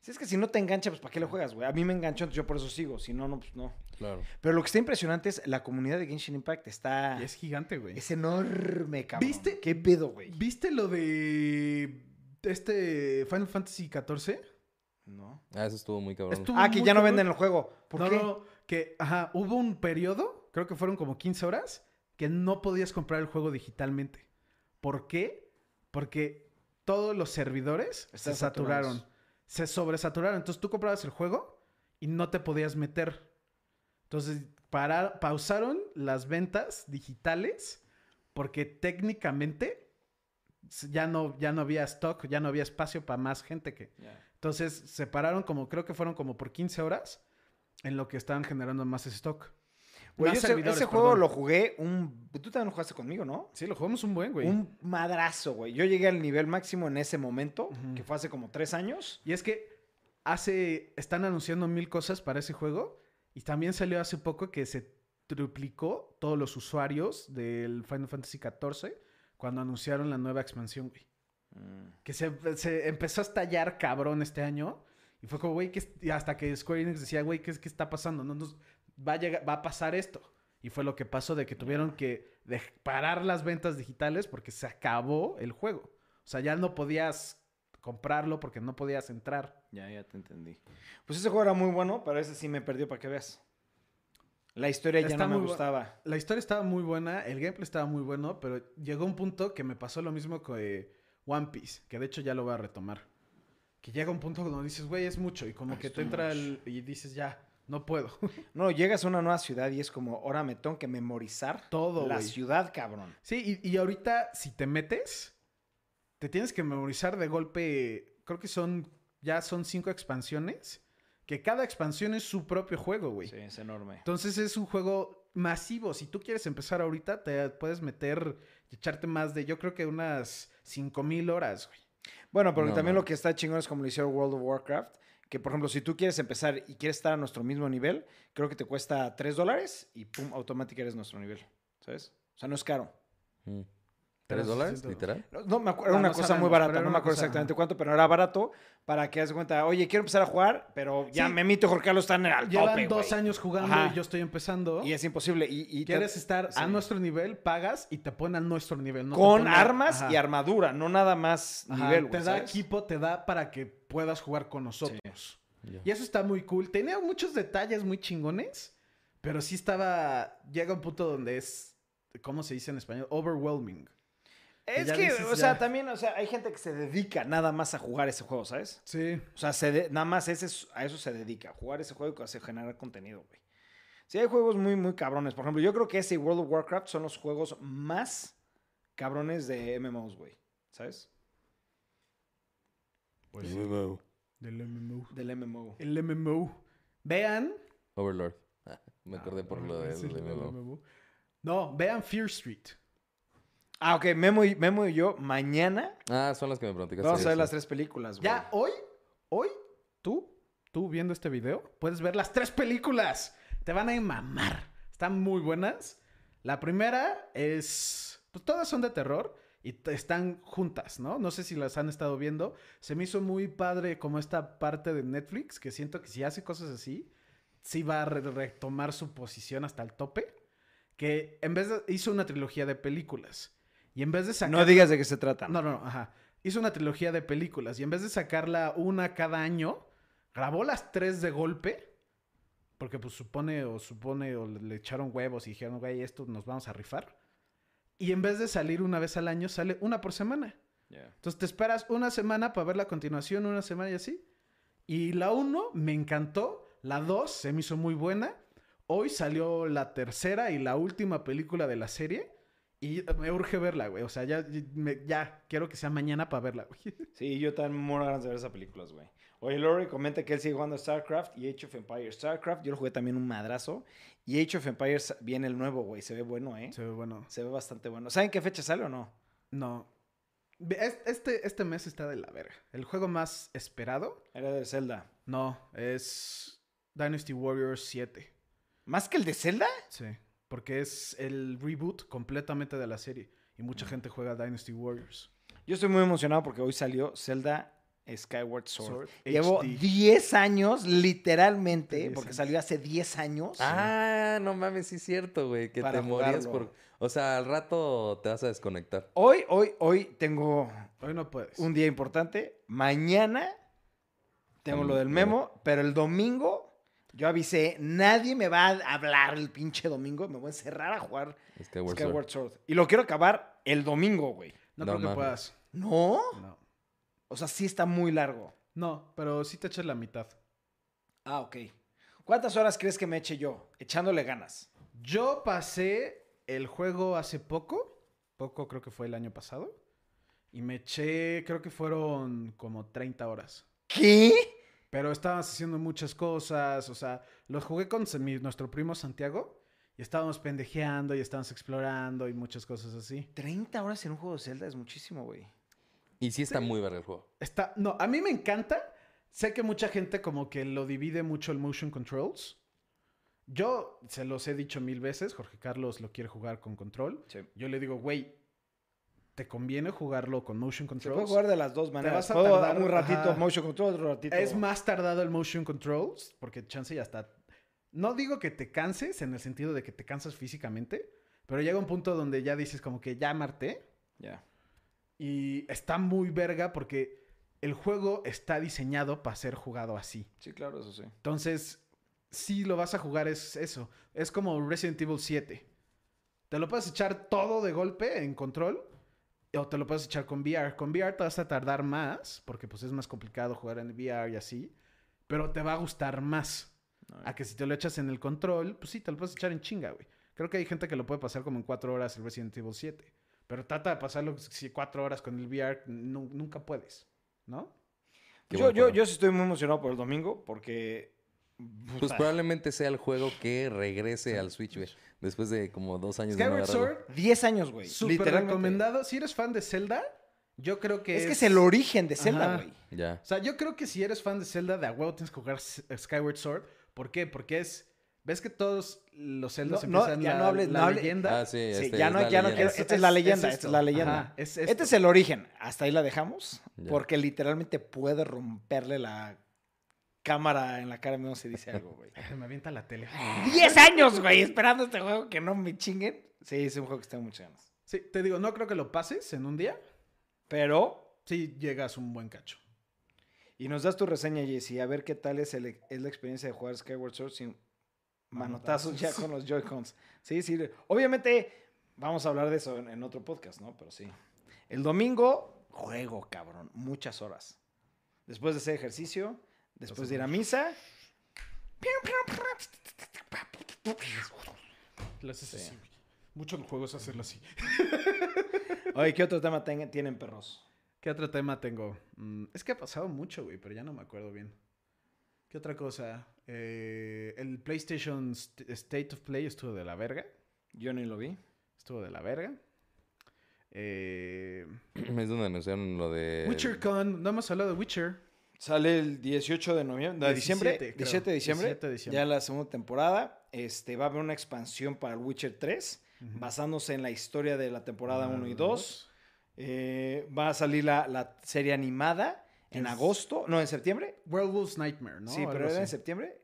[SPEAKER 1] Si es que si no te engancha, pues ¿para qué lo juegas, güey? A mí me enganchó, entonces yo por eso sigo. Si no, no, pues no.
[SPEAKER 2] Claro.
[SPEAKER 1] Pero lo que está impresionante es la comunidad de Genshin Impact está...
[SPEAKER 3] Y es
[SPEAKER 1] Ah. Es,
[SPEAKER 3] gigante, güey.
[SPEAKER 1] enorme, cabrón.
[SPEAKER 3] ¿Viste?
[SPEAKER 1] ¿Qué pedo, güey?
[SPEAKER 3] ¿Viste lo de este Final Fantasy XIV?
[SPEAKER 1] No.
[SPEAKER 2] Ah, eso estuvo muy cabrón.
[SPEAKER 3] Estuvo
[SPEAKER 1] Ah, que
[SPEAKER 3] muy
[SPEAKER 1] ya no
[SPEAKER 3] cabrón.
[SPEAKER 1] venden el juego. ¿Por
[SPEAKER 3] no,
[SPEAKER 1] qué?
[SPEAKER 3] no, que ajá, hubo un periodo, creo que fueron como 15 horas, que no podías comprar el juego digitalmente. ¿Por qué? Porque todos los servidores
[SPEAKER 1] Están
[SPEAKER 3] se saturaron.
[SPEAKER 1] saturados.
[SPEAKER 3] Se sobresaturaron. Entonces tú comprabas el juego y no te podías meter. Entonces para- pausaron las ventas digitales porque técnicamente s- ya no, ya no había stock, ya no había espacio para más gente que, entonces se pararon como, creo que fueron como por 15 horas en lo que estaban generando más stock.
[SPEAKER 1] Güey,
[SPEAKER 3] Más
[SPEAKER 1] yo ese,
[SPEAKER 3] servidores,
[SPEAKER 1] ese juego
[SPEAKER 3] perdón.
[SPEAKER 1] lo jugué un... Tú también lo jugaste conmigo, ¿no?
[SPEAKER 3] Sí, lo jugamos un buen, güey.
[SPEAKER 1] Un madrazo, güey. Yo llegué al nivel máximo en ese momento,
[SPEAKER 3] Ujú.
[SPEAKER 1] que fue hace como tres años.
[SPEAKER 3] Y es que hace. Están anunciando mil cosas para ese juego. Y también salió hace poco que se triplicó todos los usuarios del Final Fantasy XIV cuando anunciaron la nueva expansión, güey. Que se, se empezó a estallar cabrón este año. Y fue como, güey, ¿qué es- y hasta que Square Enix decía, güey, ¿qué, es- qué está pasando? No nos va a, llegar- va a pasar esto. Y fue lo que pasó de que tuvieron que dej- parar las ventas digitales porque se acabó el juego. O sea, ya no podías comprarlo porque no podías entrar.
[SPEAKER 1] Ya, ya te entendí. Pues ese juego era muy bueno, pero ese sí me perdió para que veas. La historia ya
[SPEAKER 3] Está
[SPEAKER 1] no me
[SPEAKER 3] muy bu-
[SPEAKER 1] gustaba.
[SPEAKER 3] La historia estaba muy buena, el gameplay estaba muy bueno, pero llegó un punto que me pasó lo mismo que One Piece, que de hecho ya lo voy a retomar. Que llega un punto donde dices, güey, es mucho. Y como
[SPEAKER 1] Ah,
[SPEAKER 3] que
[SPEAKER 1] es
[SPEAKER 3] te
[SPEAKER 1] too
[SPEAKER 3] entra el...
[SPEAKER 1] much.
[SPEAKER 3] y dices, ya, no puedo.
[SPEAKER 1] No, llegas a una nueva ciudad y es como, ahora me tengo que memorizar
[SPEAKER 3] Todo,
[SPEAKER 1] la
[SPEAKER 3] güey.
[SPEAKER 1] ciudad, cabrón.
[SPEAKER 3] Sí, y, y ahorita si te metes, te tienes que memorizar de golpe, creo que son, ya son cinco expansiones, que cada expansión es su propio juego, güey.
[SPEAKER 1] Sí, es enorme.
[SPEAKER 3] Entonces es un juego masivo, si tú quieres empezar ahorita, te puedes meter y echarte más de, yo creo que unas cinco mil horas, güey.
[SPEAKER 1] Bueno, porque
[SPEAKER 2] No,
[SPEAKER 1] también
[SPEAKER 2] no.
[SPEAKER 1] lo que está chingón es como lo hicieron World of Warcraft, que por ejemplo, si tú quieres empezar y quieres estar a nuestro mismo nivel, creo que te cuesta 3 dólares y pum, automáticamente eres nuestro nivel. ¿Sabes? O sea, no es caro.
[SPEAKER 2] Mm. ¿Tres dólares?
[SPEAKER 3] 300.
[SPEAKER 2] Literal.
[SPEAKER 1] No, no me acuerdo,
[SPEAKER 3] Ah,
[SPEAKER 1] era una
[SPEAKER 3] no
[SPEAKER 1] cosa
[SPEAKER 3] sabemos,
[SPEAKER 1] muy barata,
[SPEAKER 3] pero era
[SPEAKER 1] no me
[SPEAKER 3] una
[SPEAKER 1] acuerdo
[SPEAKER 3] cosa,
[SPEAKER 1] exactamente
[SPEAKER 3] ajá.
[SPEAKER 1] cuerto, pero era barato para que hagas cuenta, oye, quiero empezar a jugar, pero ya
[SPEAKER 3] Sí.
[SPEAKER 1] me Memito y Jorge Carlos están al
[SPEAKER 3] Llevan
[SPEAKER 1] tope,
[SPEAKER 3] dos
[SPEAKER 1] güey.
[SPEAKER 3] años jugando
[SPEAKER 1] Ajá.
[SPEAKER 3] y yo estoy empezando.
[SPEAKER 1] Y es imposible. Y, y te-
[SPEAKER 3] quieres estar a
[SPEAKER 1] sí.
[SPEAKER 3] nuestro nivel, pagas y te ponen a nuestro nivel. no te
[SPEAKER 1] con
[SPEAKER 3] ponen-
[SPEAKER 1] armas
[SPEAKER 3] Ajá.
[SPEAKER 1] y armadura, no nada más
[SPEAKER 3] Ajá,
[SPEAKER 1] nivel, güey.
[SPEAKER 3] Te da
[SPEAKER 1] ¿sabes?
[SPEAKER 3] equipo, te da para que puedas jugar con nosotros.
[SPEAKER 2] Ya.
[SPEAKER 3] Y eso está muy cool. Tenía muchos detalles muy chingones, pero sí estaba. Llega un punto donde es. ¿Cómo se dice en español? Overwhelming.
[SPEAKER 1] Es
[SPEAKER 3] ya
[SPEAKER 1] que,
[SPEAKER 3] dices,
[SPEAKER 1] o sea,
[SPEAKER 3] ya.
[SPEAKER 1] también, o sea, hay gente que se dedica nada más a jugar ese juego, ¿sabes?
[SPEAKER 3] Sí.
[SPEAKER 1] O sea, se de- nada más ese, es- a eso se dedica, a jugar ese juego y hacer- generar contenido, güey. Sí, hay juegos muy, muy cabrones. Por ejemplo, yo creo que ese y World of Warcraft son los juegos más cabrones de MMOs, güey. ¿Sabes?
[SPEAKER 3] Pues
[SPEAKER 2] Pues
[SPEAKER 3] Del MMO.
[SPEAKER 1] Del MMO.
[SPEAKER 3] El MMO. Vean.
[SPEAKER 2] Overlord. Ah, Me acordé por lo del
[SPEAKER 3] Sí, el
[SPEAKER 2] MMO.
[SPEAKER 3] MMO. No, vean Fear Street.
[SPEAKER 1] Ah, ok, Memo y, Memo y yo, mañana
[SPEAKER 2] Ah, son las que me preguntaste.
[SPEAKER 1] vamos a ver
[SPEAKER 2] sí.
[SPEAKER 1] las tres películas, güey.
[SPEAKER 3] Ya hoy, hoy, tú, tú viendo este video, puedes ver las tres películas. Te van a mamar. Están muy buenas. La primera es. Pues todas son de terror. y t- están juntas, ¿no? No sé si las han estado viendo. Se me hizo muy padre como esta parte de Netflix, que siento que si hace cosas así, sí va a re- retomar su posición hasta el tope. Que en vez de, hizo una trilogía de películas. Y en vez de sacar...
[SPEAKER 1] No digas de qué se trata.
[SPEAKER 3] No, no, no, ajá. Hizo una trilogía de películas y en vez de sacarla una cada año, grabó las tres de golpe. Porque pues supone o supone o le, le echaron huevos y dijeron, güey, esto nos vamos a rifar. Y en vez de salir una vez al año, sale una por semana. Entonces te esperas una semana para ver la continuación, una semana y así. Y la 1 me encantó, la 2 se me hizo muy buena. Hoy salió la tercera y la última película de la serie. Y me urge verla, güey. O sea, ya, me- ya quiero que sea mañana para verla, güey. (laughs)
[SPEAKER 1] Sí, yo también me muero de ganas de ver esas películas, güey. Oye, Lori comenta que él sigue jugando StarCraft y Age of Empires. StarCraft, yo lo jugué también un madrazo. Y Age of Empires viene el nuevo, güey. Se ve bueno, ¿eh?
[SPEAKER 3] Se ve bueno.
[SPEAKER 1] Se ve bastante bueno. ¿Saben qué fecha sale o no?
[SPEAKER 3] No. Ve, es- Este, este mes está de la verga. El juego más esperado,
[SPEAKER 1] Era de Zelda.
[SPEAKER 3] no, es Dynasty Warriors 7.
[SPEAKER 1] ¿Más que el de Zelda?
[SPEAKER 3] Sí. Porque es el reboot completamente de la serie. Y
[SPEAKER 1] Mm.
[SPEAKER 3] mucha gente juega Dynasty Warriors.
[SPEAKER 1] Yo estoy muy emocionado porque hoy salió Zelda Skyward Sword.
[SPEAKER 3] Sword
[SPEAKER 1] Llevo
[SPEAKER 3] HD.
[SPEAKER 1] 10 años, literalmente,
[SPEAKER 3] 10
[SPEAKER 1] porque
[SPEAKER 3] años.
[SPEAKER 1] salió hace 10 años.
[SPEAKER 2] Ah, no mames, sí es cierto, güey. Que
[SPEAKER 1] Para
[SPEAKER 2] te morías
[SPEAKER 1] jugarlo.
[SPEAKER 2] por. O sea, al rato te vas a desconectar.
[SPEAKER 1] Hoy, hoy, hoy tengo
[SPEAKER 3] Hoy no puedes.
[SPEAKER 1] un día importante. Mañana tengo lo del memo, pero el domingo yo avisé, nadie me va a hablar el pinche domingo, me voy a encerrar a jugar
[SPEAKER 2] Es que Warzone.
[SPEAKER 1] Skyward Sword. Y lo quiero acabar el domingo, güey.
[SPEAKER 3] No,
[SPEAKER 2] No
[SPEAKER 3] creo que
[SPEAKER 2] mames.
[SPEAKER 3] puedas.
[SPEAKER 1] No,
[SPEAKER 3] No.
[SPEAKER 1] o sea, sí está muy largo.
[SPEAKER 3] No, pero sí te echas la mitad.
[SPEAKER 1] Ah, ok. ¿Cuántas horas crees que me eche yo? Echándole ganas.
[SPEAKER 3] Yo pasé el juego hace poco. Poco creo que fue el año pasado. Y me eché, creo que fueron como 30 horas.
[SPEAKER 1] ¿Qué?
[SPEAKER 3] Pero estabas haciendo muchas cosas, o sea, los jugué con se- mi- nuestro primo Santiago y estábamos pendejeando y estábamos explorando y muchas cosas así.
[SPEAKER 1] 30 horas en un juego de Zelda es muchísimo, güey.
[SPEAKER 2] Y sí está muy verga el juego.
[SPEAKER 3] Está, no, a mí me encanta. Sé que mucha gente como que lo divide mucho el motion controls. Yo se los he dicho mil veces, Jorge Carlos lo quiere jugar con control.
[SPEAKER 1] Sí.
[SPEAKER 3] Yo le digo, güey, ¿te conviene jugarlo con motion
[SPEAKER 1] Se puede
[SPEAKER 3] controls?
[SPEAKER 1] jugar de las dos maneras.
[SPEAKER 3] vas a
[SPEAKER 1] Puedo
[SPEAKER 3] tardar,
[SPEAKER 1] un ratito
[SPEAKER 3] ajá.
[SPEAKER 1] motion control, otro ratito.
[SPEAKER 3] Es más tardado el motion controls, porque chance ya está. No digo que te canses en el sentido de que te cansas físicamente, pero llega un punto donde ya dices como que ya marté
[SPEAKER 1] Ya.
[SPEAKER 3] y está muy verga porque el juego está diseñado para ser jugado así.
[SPEAKER 1] Sí, claro, eso sí.
[SPEAKER 3] Entonces, si lo vas a jugar es eso. Es como Resident Evil 7. Te lo puedes echar todo de golpe en control o te lo puedes echar con VR. Con VR te vas a tardar más porque pues es más complicado jugar en VR y así, pero te va a gustar más. A que si te lo echas en el control, pues sí, te lo puedes echar en chinga, güey. Creo que hay gente que lo puede pasar como en cuatro horas el Resident Evil 7. Pero trata de pasarlo si cuatro horas con el VR, nu- nunca puedes, ¿no?
[SPEAKER 2] Qué
[SPEAKER 1] Yo,
[SPEAKER 2] buen
[SPEAKER 1] yo,
[SPEAKER 2] juego.
[SPEAKER 1] yo sí estoy muy emocionado por el domingo porque.
[SPEAKER 2] Pues
[SPEAKER 1] puta,
[SPEAKER 2] probablemente sea el juego que regrese al Switch, güey. Después de como dos años de no
[SPEAKER 3] Skyward
[SPEAKER 2] agarrarlo.
[SPEAKER 3] Sword
[SPEAKER 1] 10 años, güey.
[SPEAKER 3] Súper
[SPEAKER 1] literalmente.
[SPEAKER 3] recomendado. Si eres fan de Zelda, yo creo que
[SPEAKER 1] Es que es el origen de
[SPEAKER 3] Ajá.
[SPEAKER 1] Zelda, güey.
[SPEAKER 2] Ya.
[SPEAKER 3] O sea, yo creo que si eres fan de Zelda, de a huevo tienes que jugar S- Skyward Sword. ¿Por qué? Porque es... ¿Ves que todos los Zeldas
[SPEAKER 1] No, no,
[SPEAKER 3] empiezan
[SPEAKER 1] ya
[SPEAKER 3] la,
[SPEAKER 1] no hables-
[SPEAKER 3] la
[SPEAKER 1] no hables-
[SPEAKER 3] leyenda?
[SPEAKER 2] Ah, sí,
[SPEAKER 1] Sí,
[SPEAKER 2] este
[SPEAKER 1] ya
[SPEAKER 2] es
[SPEAKER 1] no,
[SPEAKER 2] la
[SPEAKER 1] ya no
[SPEAKER 2] leyenda.
[SPEAKER 1] quiero.
[SPEAKER 3] Es-
[SPEAKER 1] Esta es
[SPEAKER 3] es-
[SPEAKER 1] la
[SPEAKER 3] es
[SPEAKER 1] leyenda,
[SPEAKER 3] esto.
[SPEAKER 1] esta es la leyenda.
[SPEAKER 3] Ajá, es esto.
[SPEAKER 1] este es el origen. Hasta ahí la dejamos.
[SPEAKER 2] Ya.
[SPEAKER 1] Porque literalmente puede romperle la cámara en la cara no se dice algo, güey.
[SPEAKER 3] Ah, Me avienta la tele.
[SPEAKER 1] 10 años, güey, esperando este juego que no me chinguen. Sí, es un juego que está muchas ganas.
[SPEAKER 3] Sí, te digo, no creo que lo pases en un día.
[SPEAKER 1] Pero
[SPEAKER 3] Sí, llegas un buen cacho.
[SPEAKER 1] Y nos das tu reseña, Jesse, a ver qué tal es, el- es la experiencia de jugar Skyward Sword sin manotazos ya con los Joy-Cons. Sí, sí. Obviamente, vamos a hablar de eso en, en otro podcast, ¿no? Pero sí. El domingo, juego, cabrón. Muchas horas. Después de hacer ejercicio, después de ir a misa.
[SPEAKER 3] Lo haces así, güey. Mucho el juego es hacerlo así.
[SPEAKER 1] Oye, ¿qué otro tema ten- tienen, perros?
[SPEAKER 3] ¿Qué otro tema tengo? Mm, es que ha pasado mucho, güey, pero ya no me acuerdo bien. ¿Qué otra cosa? Eh, el PlayStation St- State of Play estuvo de la verga.
[SPEAKER 1] Yo ni lo vi.
[SPEAKER 3] Estuvo de la verga. Eh,
[SPEAKER 2] (clears throat) Es donde anunciaron lo de.
[SPEAKER 3] WitcherCon. No hemos hablado de Witcher.
[SPEAKER 1] Sale el 18 de noviembre, de
[SPEAKER 3] 17,
[SPEAKER 1] diciembre,
[SPEAKER 3] creo.
[SPEAKER 1] 17 de diciembre,
[SPEAKER 3] 17 de diciembre.
[SPEAKER 1] ya la segunda temporada, este, va a haber una
[SPEAKER 3] Ah.
[SPEAKER 1] expansión para el Witcher 3, basándose en la historia de la temporada 1 y 2, Eh, va a salir la, la serie animada en
[SPEAKER 3] Es-
[SPEAKER 1] agosto, no, en septiembre.
[SPEAKER 3] Werewolf's Nightmare, ¿no?
[SPEAKER 1] sí,
[SPEAKER 3] Algo
[SPEAKER 1] pero era en
[SPEAKER 3] así.
[SPEAKER 1] septiembre.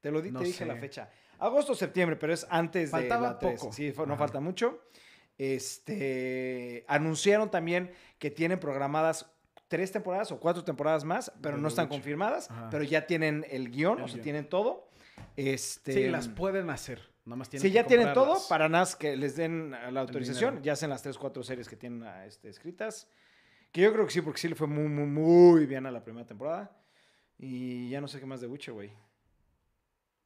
[SPEAKER 1] Te lo di-
[SPEAKER 3] No
[SPEAKER 1] te dije la
[SPEAKER 3] sé.
[SPEAKER 1] fecha. Agosto, septiembre, pero es antes de
[SPEAKER 3] Faltaba
[SPEAKER 1] la 3.
[SPEAKER 3] poco.
[SPEAKER 1] Sí, fue- no
[SPEAKER 3] Ajá.
[SPEAKER 1] falta mucho. Este, anunciaron también que tienen programadas tres temporadas o cuatro temporadas más, pero
[SPEAKER 3] De
[SPEAKER 1] no
[SPEAKER 3] The
[SPEAKER 1] están
[SPEAKER 3] Witcher.
[SPEAKER 1] confirmadas,
[SPEAKER 3] Ajá.
[SPEAKER 1] pero ya tienen el guión,
[SPEAKER 3] El
[SPEAKER 1] o sea,
[SPEAKER 3] guión.
[SPEAKER 1] tienen todo. Este,
[SPEAKER 3] Sí, las pueden hacer. Nada más tienen
[SPEAKER 1] si
[SPEAKER 3] que
[SPEAKER 1] ya tienen todo,
[SPEAKER 3] comprarlas.
[SPEAKER 1] para nada es que les den eh, la autorización,
[SPEAKER 3] dinero.
[SPEAKER 1] ya hacen las tres, cuatro series que tienen ah, este, escritas. Que yo creo que sí, porque sí le fue muy, muy, muy bien a la primera temporada. Y ya no sé qué más de Witcher, güey.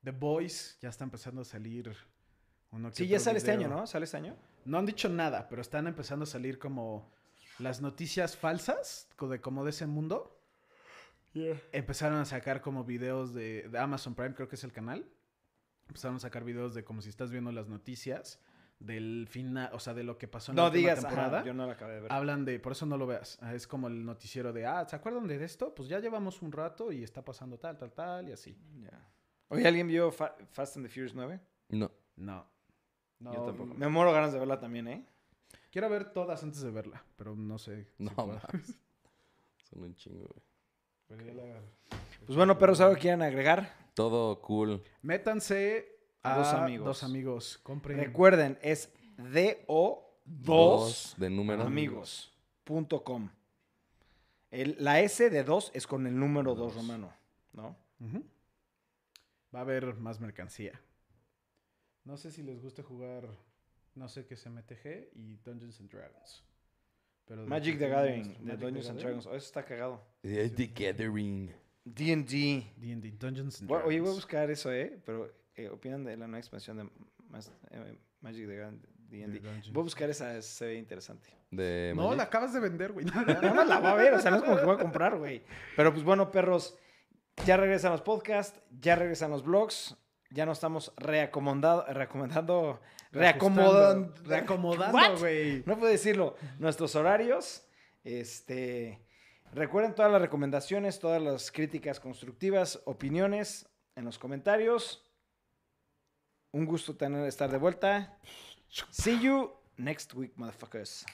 [SPEAKER 3] The Boys ya está empezando a salir. Uno que
[SPEAKER 1] Sí, ya
[SPEAKER 3] otro
[SPEAKER 1] sale este año,
[SPEAKER 3] video.
[SPEAKER 1] ¿no? ¿Sale este año?
[SPEAKER 3] No han dicho nada, pero están empezando a salir como las noticias falsas co- de como de ese mundo. Empezaron a sacar como videos de, de Amazon Prime, creo que es el canal. Empezaron a sacar videos de como si estás viendo las noticias del final, o sea, de lo que pasó en la
[SPEAKER 1] No
[SPEAKER 3] última
[SPEAKER 1] digas, ajá, Ah,
[SPEAKER 3] temporada.
[SPEAKER 1] yo no la acabé de ver.
[SPEAKER 3] Hablan de, por eso no lo veas. Ah, Es como el noticiero de, ah, ¿se acuerdan de esto? Pues ya llevamos un rato y está pasando tal, tal, tal y así.
[SPEAKER 1] Ya. Oye, ¿alguien vio Fa- Fast and the Furious 9?
[SPEAKER 2] No.
[SPEAKER 3] No. No,
[SPEAKER 2] Yo tampoco.
[SPEAKER 1] Me muero ganas de verla también, ¿eh?
[SPEAKER 3] Quiero ver todas antes de verla, pero no sé. si
[SPEAKER 2] No,
[SPEAKER 3] pueda.
[SPEAKER 2] mames. Son un chingo, güey.
[SPEAKER 3] Pero ya la-
[SPEAKER 1] Pues bueno, perros, ¿algo quieren agregar?
[SPEAKER 2] Todo cool.
[SPEAKER 3] Métanse a
[SPEAKER 1] Dos
[SPEAKER 3] dos
[SPEAKER 1] amigos.
[SPEAKER 3] amigos. amigos. Compren.
[SPEAKER 1] Recuerden, es DO2
[SPEAKER 2] Dos de número.
[SPEAKER 1] amigos.com. El- La S de 2 es con el número 2
[SPEAKER 2] Dos.
[SPEAKER 1] romano, ¿no?
[SPEAKER 3] Ujú. Va a haber más mercancía. No sé si les gusta jugar, no sé qué es MTG y Dungeons and Dragons. Pero de
[SPEAKER 1] Magic the
[SPEAKER 3] preferencia
[SPEAKER 1] Gathering, de
[SPEAKER 3] nuestro Magic the
[SPEAKER 1] Dungeons and
[SPEAKER 3] Gathering.
[SPEAKER 1] Dragons. Oh, eso está cagado.
[SPEAKER 2] The The Gathering.
[SPEAKER 1] D&D.
[SPEAKER 3] D&D, Dungeons and
[SPEAKER 1] Voy-
[SPEAKER 3] Dragons.
[SPEAKER 1] Oye, voy a buscar eso, ¿eh? Pero, eh, ¿opinan de la nueva expansión de Mas- eh, Magic the Gathering?
[SPEAKER 3] De
[SPEAKER 1] D&D?
[SPEAKER 3] Dungeons.
[SPEAKER 1] Voy a buscar esa, se ve interesante.
[SPEAKER 2] De
[SPEAKER 3] No,
[SPEAKER 2] Magic.
[SPEAKER 3] la acabas de vender, güey. (laughs)
[SPEAKER 1] Nada más la voy a ver, o sea, no es como que voy a comprar, güey. Pero pues bueno, perros, ya regresan los podcasts, ya regresan los blogs, ya nos estamos reacomodando, reacomodando, reacomodando,
[SPEAKER 3] Reajustando, Reacomodando,
[SPEAKER 1] ¿What?
[SPEAKER 3] güey.
[SPEAKER 1] No puedo decirlo, nuestros horarios, este, recuerden todas las recomendaciones, todas las críticas constructivas, opiniones en los comentarios. Un gusto tener estar de vuelta. See you next week, motherfuckers.